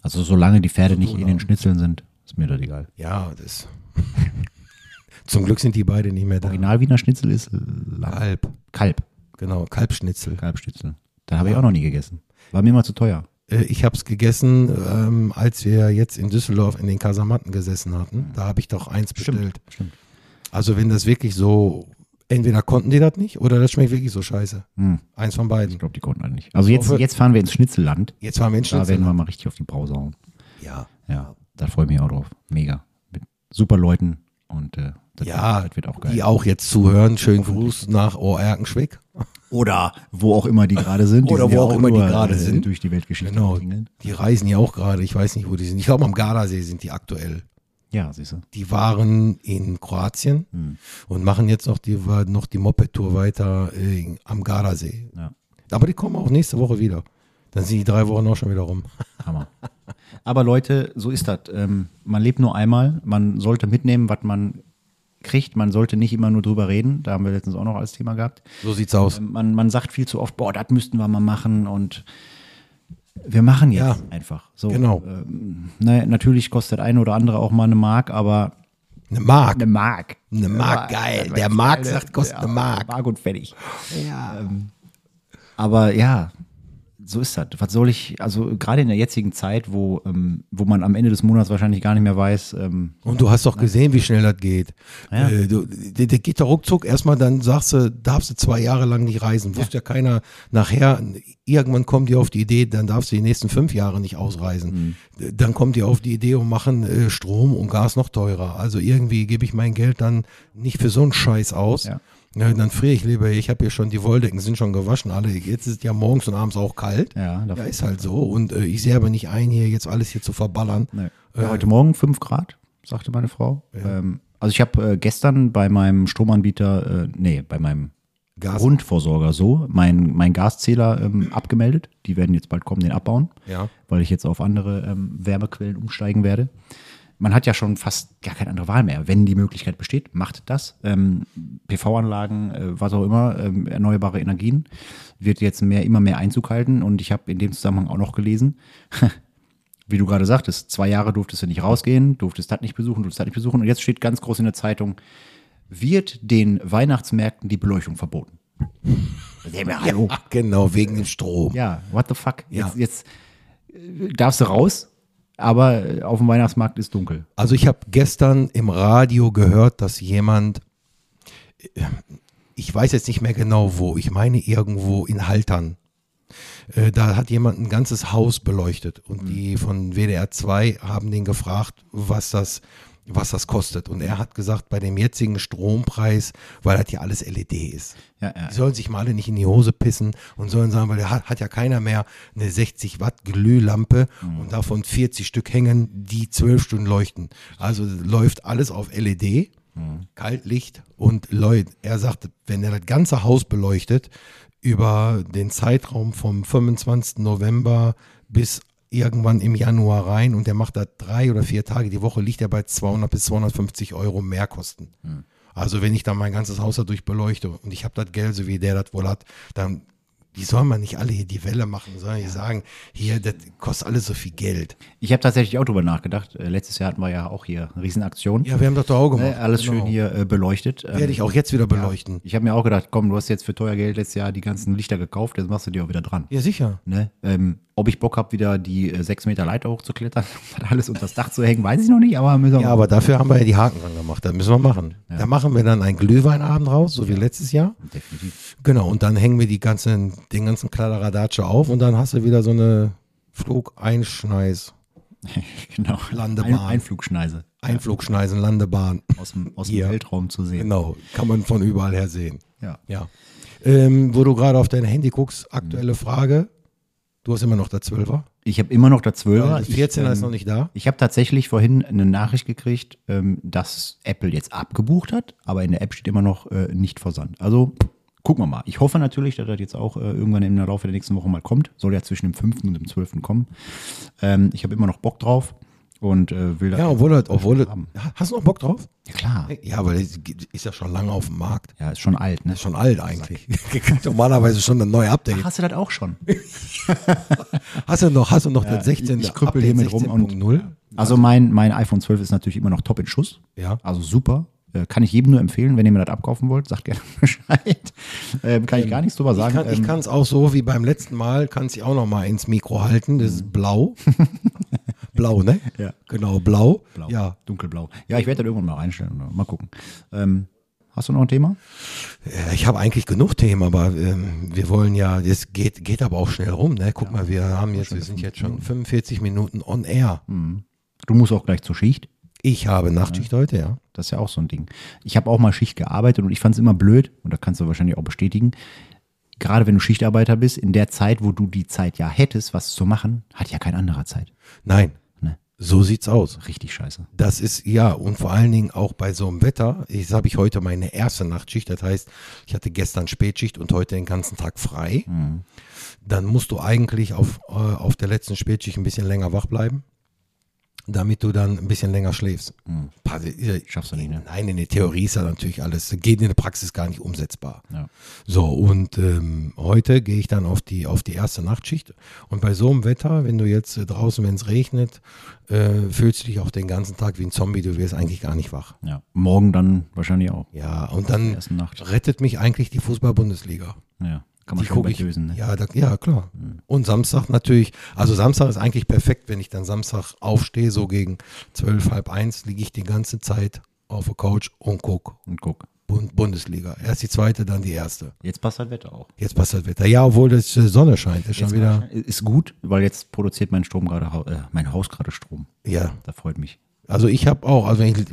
Speaker 1: Also solange die Pferde nicht in den Schnitzeln sind, ist mir das egal.
Speaker 2: Ja, das. [laughs] Zum Glück sind die beide nicht mehr da.
Speaker 1: Original Wiener Schnitzel ist Lamm.
Speaker 2: Kalb,
Speaker 1: Kalb.
Speaker 2: genau, Kalbschnitzel.
Speaker 1: Kalbschnitzel. Da habe ich auch noch nie gegessen. War mir immer zu teuer.
Speaker 2: Äh, Ich habe es gegessen, ähm, als wir jetzt in Düsseldorf in den Kasamatten gesessen hatten. Da habe ich doch eins bestellt.
Speaker 1: Stimmt.
Speaker 2: Also wenn das wirklich so, entweder konnten die das nicht oder das schmeckt wirklich so scheiße.
Speaker 1: Hm.
Speaker 2: Eins von
Speaker 1: Ich
Speaker 2: beiden.
Speaker 1: glaube, die konnten halt nicht. Also jetzt,
Speaker 2: hoffe-
Speaker 1: jetzt fahren wir ins Schnitzelland.
Speaker 2: Jetzt waren wir in
Speaker 1: Da werden
Speaker 2: Schnitzel.
Speaker 1: wir mal richtig auf die Brause hauen.
Speaker 2: Ja.
Speaker 1: Ja, da freue ich mich auch drauf. Mega. Mit super Leuten und äh, das,
Speaker 2: Ja,
Speaker 1: wird, das wird auch
Speaker 2: die
Speaker 1: geil.
Speaker 2: auch jetzt zuhören. Schönen Gruß nach Ohr-Erkenschwick.
Speaker 1: Oder wo auch immer die gerade sind.
Speaker 2: Oder
Speaker 1: sind
Speaker 2: wo
Speaker 1: ja
Speaker 2: auch immer die
Speaker 1: über,
Speaker 2: gerade
Speaker 1: äh,
Speaker 2: sind.
Speaker 1: Durch die Weltgeschichte.
Speaker 2: Genau.
Speaker 1: getingelt.
Speaker 2: Die reisen ja auch gerade. Ich weiß nicht, wo die sind. Ich glaube, am Gardasee sind die aktuell.
Speaker 1: Ja, siehst du.
Speaker 2: die waren in Kroatien und machen jetzt noch die, noch die Moped-Tour weiter äh, am Gardasee.
Speaker 1: Ja,
Speaker 2: Aber die kommen auch nächste Woche wieder. Dann sind die drei Wochen auch schon wieder rum.
Speaker 1: Hammer. [laughs] Aber Leute, so ist das. Ähm, man lebt nur einmal. Man sollte mitnehmen, was man kriegt. Man sollte nicht immer nur drüber reden. Da haben wir letztens auch noch als Thema gehabt.
Speaker 2: So sieht's aus.
Speaker 1: Man, man sagt viel zu oft, boah, das müssten wir mal machen und wir machen jetzt
Speaker 2: Ja.
Speaker 1: einfach. So,
Speaker 2: Genau.
Speaker 1: Ähm, ne, natürlich kostet ein oder andere auch mal eine Mark, aber
Speaker 2: Eine Mark.
Speaker 1: eine Mark.
Speaker 2: Eine Mark, geil. Der Mark sagt, kostet eine Mark.
Speaker 1: Mark und fertig. Ähm, aber ja, so ist das. Was soll ich, also gerade in der jetzigen Zeit, wo, ähm, wo man am Ende des Monats wahrscheinlich gar nicht mehr weiß. Ähm,
Speaker 2: Und du hast doch gesehen, wie schnell das geht.
Speaker 1: Ja.
Speaker 2: Äh, du, der, der geht doch ruckzuck. Erstmal dann sagst du, darfst du zwei Jahre lang nicht reisen. Wusste ja, keiner nachher. Irgendwann kommt die auf die Idee, dann darfst du die nächsten fünf Jahre nicht ausreisen. Äh, Dann kommt die auf die Idee und machen äh, Strom und Gas noch teurer. Also irgendwie gebe ich mein Geld dann nicht für so einen Scheiß aus.
Speaker 1: Ja.
Speaker 2: Ja, dann friere ich lieber. Ich habe hier schon die Wolldecken, sind schon gewaschen alle. Jetzt ist ja morgens und abends auch kalt.
Speaker 1: Ja, da-
Speaker 2: ja ist halt so. Und äh, ich sehe aber nicht ein, hier jetzt alles hier zu verballern.
Speaker 1: ne. ja, heute Morgen 5 Grad, sagte meine Frau. Ähm, also ich habe äh, gestern bei meinem Stromanbieter, äh, nee, bei meinem
Speaker 2: Gas.
Speaker 1: Grundversorger so, mein, mein Gaszähler ähm, abgemeldet. Die werden jetzt bald kommen, den abbauen.
Speaker 2: Ja.
Speaker 1: weil ich jetzt auf andere ähm, Wärmequellen umsteigen werde. Man hat ja schon fast gar keine andere Wahl mehr. Wenn die Möglichkeit besteht, macht das. Ähm, PV-Anlagen, äh, was auch immer, ähm, erneuerbare Energien wird jetzt mehr, immer mehr Einzug halten. Und ich habe in dem Zusammenhang auch noch gelesen, [laughs] wie du gerade sagtest, zwei Jahre durftest du nicht rausgehen, durftest das nicht besuchen, durftest das nicht besuchen. Und jetzt steht ganz groß in der Zeitung, wird den Weihnachtsmärkten die Beleuchtung verboten. Da sehen wir, hallo.
Speaker 2: Ach, genau, wegen dem Strom.
Speaker 1: Ja, what the fuck?
Speaker 2: Ja.
Speaker 1: Jetzt, jetzt äh, darfst du raus, aber äh, auf dem Weihnachtsmarkt ist dunkel.
Speaker 2: Also ich habe gestern im Radio gehört, dass jemand, äh, ich weiß jetzt nicht mehr genau wo, ich meine irgendwo in Haltern, äh, da hat jemand ein ganzes Haus beleuchtet und
Speaker 1: Mhm.
Speaker 2: die von WDR 2 haben den gefragt, was das, was das kostet. Und er hat gesagt, bei dem jetzigen Strompreis, weil das ja alles LED ist.
Speaker 1: Ja, ja.
Speaker 2: Die sollen sich mal alle nicht in die Hose pissen und sollen sagen, weil da hat, hat ja keiner mehr eine 60 Watt Glühlampe und davon 40 Stück hängen, die 12 Stunden leuchten. Also läuft alles auf LED, Kaltlicht und Leute, er sagt, wenn er das ganze Haus beleuchtet, über den Zeitraum vom 25. November bis irgendwann im Januar rein und der macht da drei oder vier Tage die Woche, liegt er bei 200 bis 250 Euro Mehrkosten. Also wenn ich dann mein ganzes Haus dadurch beleuchte und ich habe das Geld, so wie der das wohl hat, dann die sollen man nicht alle hier die Welle machen, sondern die sagen, hier, das kostet alles so viel Geld.
Speaker 1: Ich habe tatsächlich auch drüber nachgedacht. Äh, Letztes Jahr hatten wir ja auch hier eine Riesenaktion.
Speaker 2: Ja, wir haben das doch auch gemacht.
Speaker 1: Äh, Alles
Speaker 2: Genau.
Speaker 1: schön hier äh, beleuchtet. Ähm,
Speaker 2: Werde ich auch jetzt wieder beleuchten.
Speaker 1: Ich habe mir auch gedacht, komm, du hast jetzt für teuer Geld letztes Jahr die ganzen Lichter gekauft, jetzt machst du die auch wieder dran.
Speaker 2: Ja, sicher.
Speaker 1: Ne? Ähm, ob ich Bock habe, wieder die äh, sechs Meter Leiter hochzuklettern, [laughs] um das alles unter das Dach zu hängen, weiß ich noch nicht, aber müssen wir
Speaker 2: Ja, aber dafür haben wir ja die Haken dran gemacht. Das müssen wir machen. Da machen wir dann einen Glühweinabend raus, so wie letztes Jahr.
Speaker 1: definitiv.
Speaker 2: Genau, und dann hängen wir die ganzen, den ganzen Kladderadatsch auf und dann hast du wieder so eine Flugeinschneis,
Speaker 1: [laughs] genau.
Speaker 2: Landebahn.
Speaker 1: Ein, Einflugschneise
Speaker 2: Einflugschneisen, Landebahn.
Speaker 1: aus dem, aus dem
Speaker 2: Ja.
Speaker 1: Weltraum zu sehen.
Speaker 2: Genau, kann man von überall her sehen.
Speaker 1: Ja.
Speaker 2: Ja. Ähm, wo du gerade auf dein Handy guckst, aktuelle Frage. Du hast immer noch der Zwölfer.
Speaker 1: Ich habe immer noch der
Speaker 2: Ja,
Speaker 1: Zwölfer.
Speaker 2: der 14er
Speaker 1: Ah, ich,
Speaker 2: ist noch nicht da.
Speaker 1: Ich habe tatsächlich vorhin eine Nachricht gekriegt, ähm, dass Apple jetzt abgebucht hat, aber in der App steht immer noch äh, nicht versandt. Also gucken wir mal. Ich hoffe natürlich, dass das jetzt auch äh, irgendwann im Laufe der nächsten Woche mal kommt. Soll ja zwischen dem 5. und dem 12. kommen. Ähm, ich habe immer noch Bock drauf und äh, will das.
Speaker 2: Ja,
Speaker 1: jetzt-
Speaker 2: obwohl das, obwohl das, Hast du noch Bock drauf?
Speaker 1: ja klar.
Speaker 2: Ja, weil es ist ja schon lange auf dem Markt.
Speaker 1: Ja, ist schon alt, ne?
Speaker 2: Ist schon alt eigentlich. [laughs] Normalerweise schon ein neues Update.
Speaker 1: Hast du das auch schon?
Speaker 2: Hast du noch, hast du noch den 16.
Speaker 1: ich krüppel hier mit rum und-
Speaker 2: 16.0?
Speaker 1: Also mein, mein iPhone 12 ist natürlich immer noch top in Schuss.
Speaker 2: Ja.
Speaker 1: Also super. Äh, Kann ich jedem nur empfehlen, wenn ihr mir das abkaufen wollt, sagt gerne [laughs] Bescheid. Ähm, kann ich gar nichts drüber
Speaker 2: Ich
Speaker 1: sagen.
Speaker 2: kann, ich
Speaker 1: Ähm,
Speaker 2: kann es auch so wie beim letzten Mal, kann ich auch noch mal ins Mikro halten. Das
Speaker 1: [laughs]
Speaker 2: ist blau. blau, ne?
Speaker 1: Mhm. Ja.
Speaker 2: Genau, blau.
Speaker 1: Blau.
Speaker 2: Ja.
Speaker 1: Dunkelblau. Ja, ich werde das irgendwann mal reinstellen. Mal gucken. Ähm, hast du noch ein Thema?
Speaker 2: Äh, Ich habe eigentlich genug Themen, aber ähm, wir wollen ja, das geht, geht aber auch schnell rum, ne? Guck mal, wir haben jetzt, wir sind jetzt schon 45 Minuten on air.
Speaker 1: Du musst auch gleich zur Schicht.
Speaker 2: Ich habe Nachtschicht heute, ja.
Speaker 1: Das ist ja auch so ein Ding. Ich habe auch mal Schicht gearbeitet und ich fand es immer blöd, und da kannst du wahrscheinlich auch bestätigen, gerade wenn du Schichtarbeiter bist, in der Zeit, wo du die Zeit ja hättest, was zu machen, hat ja kein anderer Zeit.
Speaker 2: Nein.
Speaker 1: Ne?
Speaker 2: So sieht's aus.
Speaker 1: Richtig scheiße.
Speaker 2: Das ist ja und vor allen Dingen auch bei so einem Wetter. Jetzt habe ich heute meine erste Nachtschicht. Das heißt, ich hatte gestern Spätschicht und heute den ganzen Tag frei. Dann musst du eigentlich auf, äh, auf der letzten Spätschicht ein bisschen länger wach bleiben, damit du dann ein bisschen länger schläfst. Pa- äh,
Speaker 1: Mhm. Schaffst du nicht, ne?
Speaker 2: Nein, in der Theorie ist ja natürlich alles, geht in der Praxis gar nicht umsetzbar.
Speaker 1: Ja.
Speaker 2: So, und ähm, heute gehe ich dann auf die, auf die erste Nachtschicht. Und bei so einem Wetter, wenn du jetzt äh, draußen, wenn es regnet, äh, fühlst du dich auch den ganzen Tag wie ein Zombie, du wirst eigentlich gar nicht wach.
Speaker 1: ja. Morgen dann wahrscheinlich auch.
Speaker 2: Ja, und dann
Speaker 1: Erste Nacht.
Speaker 2: rettet mich eigentlich die Fußball-Bundesliga.
Speaker 1: Ja. Kann man
Speaker 2: Die
Speaker 1: schon
Speaker 2: gucke
Speaker 1: bei
Speaker 2: ich.
Speaker 1: lösen. Ne? Hm.
Speaker 2: Ja, da, ja, klar. Und Samstag natürlich. Also Samstag ist eigentlich perfekt, wenn ich dann Samstag aufstehe, so gegen zwölf, halb eins, liege ich die ganze Zeit auf der Couch und gucke
Speaker 1: Und guck.
Speaker 2: Bund Bundesliga. Erst die zweite, dann die erste.
Speaker 1: Jetzt passt das Wetter auch.
Speaker 2: Jetzt passt das Wetter. Ja, obwohl das äh, Sonne scheint, ist schon wieder.
Speaker 1: Ist gut, weil jetzt produziert mein Strom gerade, Hau- äh, mein Haus gerade Strom.
Speaker 2: Ja,
Speaker 1: Da freut mich.
Speaker 2: also ich habe auch, also wenn ich,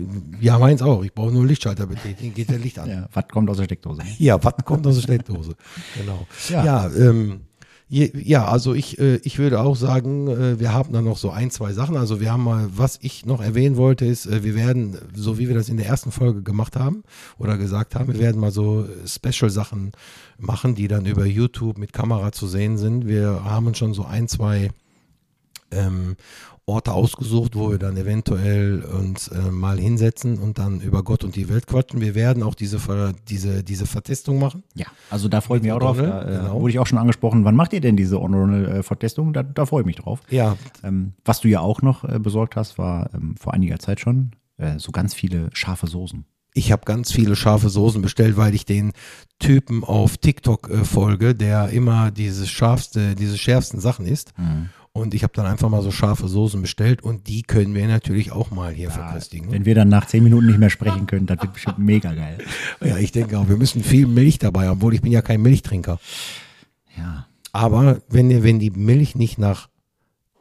Speaker 2: ja meins auch. Ich brauche nur Lichtschalter betätigen, geht der Licht an.
Speaker 1: Ja, was kommt aus der Steckdose?
Speaker 2: Ja, was kommt aus der Steckdose? Genau.
Speaker 1: Ja.
Speaker 2: Ja, ähm, je, ja also ich, äh, ich würde auch sagen, äh, wir haben da noch so ein, zwei Sachen. Also wir haben mal, was ich noch erwähnen wollte, ist, äh, wir werden, so wie wir das in der ersten Folge gemacht haben oder gesagt haben, wir werden mal so äh, Special-Sachen machen, die dann über YouTube mit Kamera zu sehen sind. Wir haben uns schon so ein, zwei ähm, Orte ausgesucht, wo wir dann eventuell uns äh, mal hinsetzen und dann über Gott und die Welt quatschen. Wir werden auch diese, Ver diese, diese Vertestung machen.
Speaker 1: Ja, also da freue ich mich auch drauf. Da,
Speaker 2: O'Donnell,
Speaker 1: äh,
Speaker 2: genau.
Speaker 1: Wurde ich auch schon angesprochen, wann macht ihr denn diese O'Donnell-Vertestung? Da, da freue ich mich drauf.
Speaker 2: Ja,
Speaker 1: Ähm, was du ja auch noch äh, besorgt hast, war ähm, vor einiger Zeit schon äh, so ganz viele scharfe Soßen.
Speaker 2: ich habe ganz viele scharfe Soßen bestellt, weil ich den Typen auf TikTok äh, folge, der immer dieses scharfste, diese schärfsten Sachen isst. Und ich habe dann einfach mal so scharfe Soßen bestellt und die können wir natürlich auch mal hier verköstigen.
Speaker 1: Wenn wir dann nach zehn Minuten nicht mehr sprechen können, das wird bestimmt mega geil.
Speaker 2: Ja, ich denke auch, wir müssen viel Milch dabei haben, obwohl ich bin ja kein Milchtrinker.
Speaker 1: Ja,
Speaker 2: Aber wenn, ihr- wenn die Milch nicht nach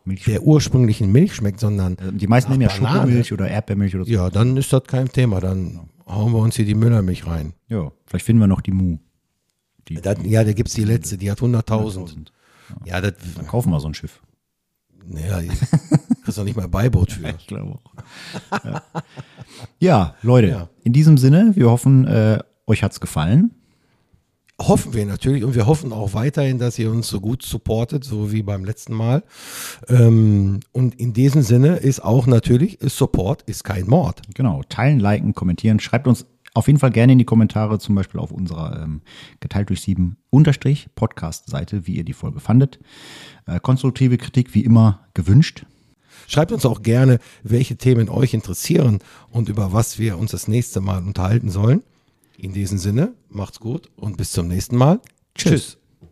Speaker 1: Milch.
Speaker 2: der ursprünglichen Milch schmeckt, sondern
Speaker 1: Also die meisten
Speaker 2: Ach,
Speaker 1: nehmen ja
Speaker 2: Banane.
Speaker 1: Schokomilch oder Erdbeermilch oder so.
Speaker 2: ja, dann ist das kein Thema. Dann hauen wir uns hier die Müllermilch rein.
Speaker 1: Ja, vielleicht finden wir noch die Mu. Die
Speaker 2: Dann, ja, da gibt es die letzte, die hat 100.000. Ja, das,
Speaker 1: Dann kaufen wir so ein Schiff.
Speaker 2: naja, die- kriegst du nicht mal Beiboot
Speaker 1: [laughs]
Speaker 2: für.
Speaker 1: Ich glaube auch. Ja, Leute,
Speaker 2: Ja.
Speaker 1: in diesem Sinne, wir hoffen, äh, euch hat's gefallen.
Speaker 2: Hoffen wir natürlich und wir hoffen auch weiterhin, dass ihr uns so gut supportet, so wie beim letzten Mal. Ähm, und in diesem Sinne ist auch natürlich, ist Support ist kein Mord.
Speaker 1: Genau, teilen, liken, kommentieren. Schreibt uns auf jeden Fall gerne in die Kommentare, zum Beispiel auf unserer ähm, geteilt durch sieben unterstrich Podcast-Seite, wie ihr die Folge fandet. Äh, konstruktive Kritik wie immer gewünscht.
Speaker 2: Schreibt uns auch gerne, welche Themen euch interessieren und über was wir uns das nächste Mal unterhalten sollen. In diesem Sinne, macht's gut und bis zum nächsten Mal.
Speaker 1: Tschüss.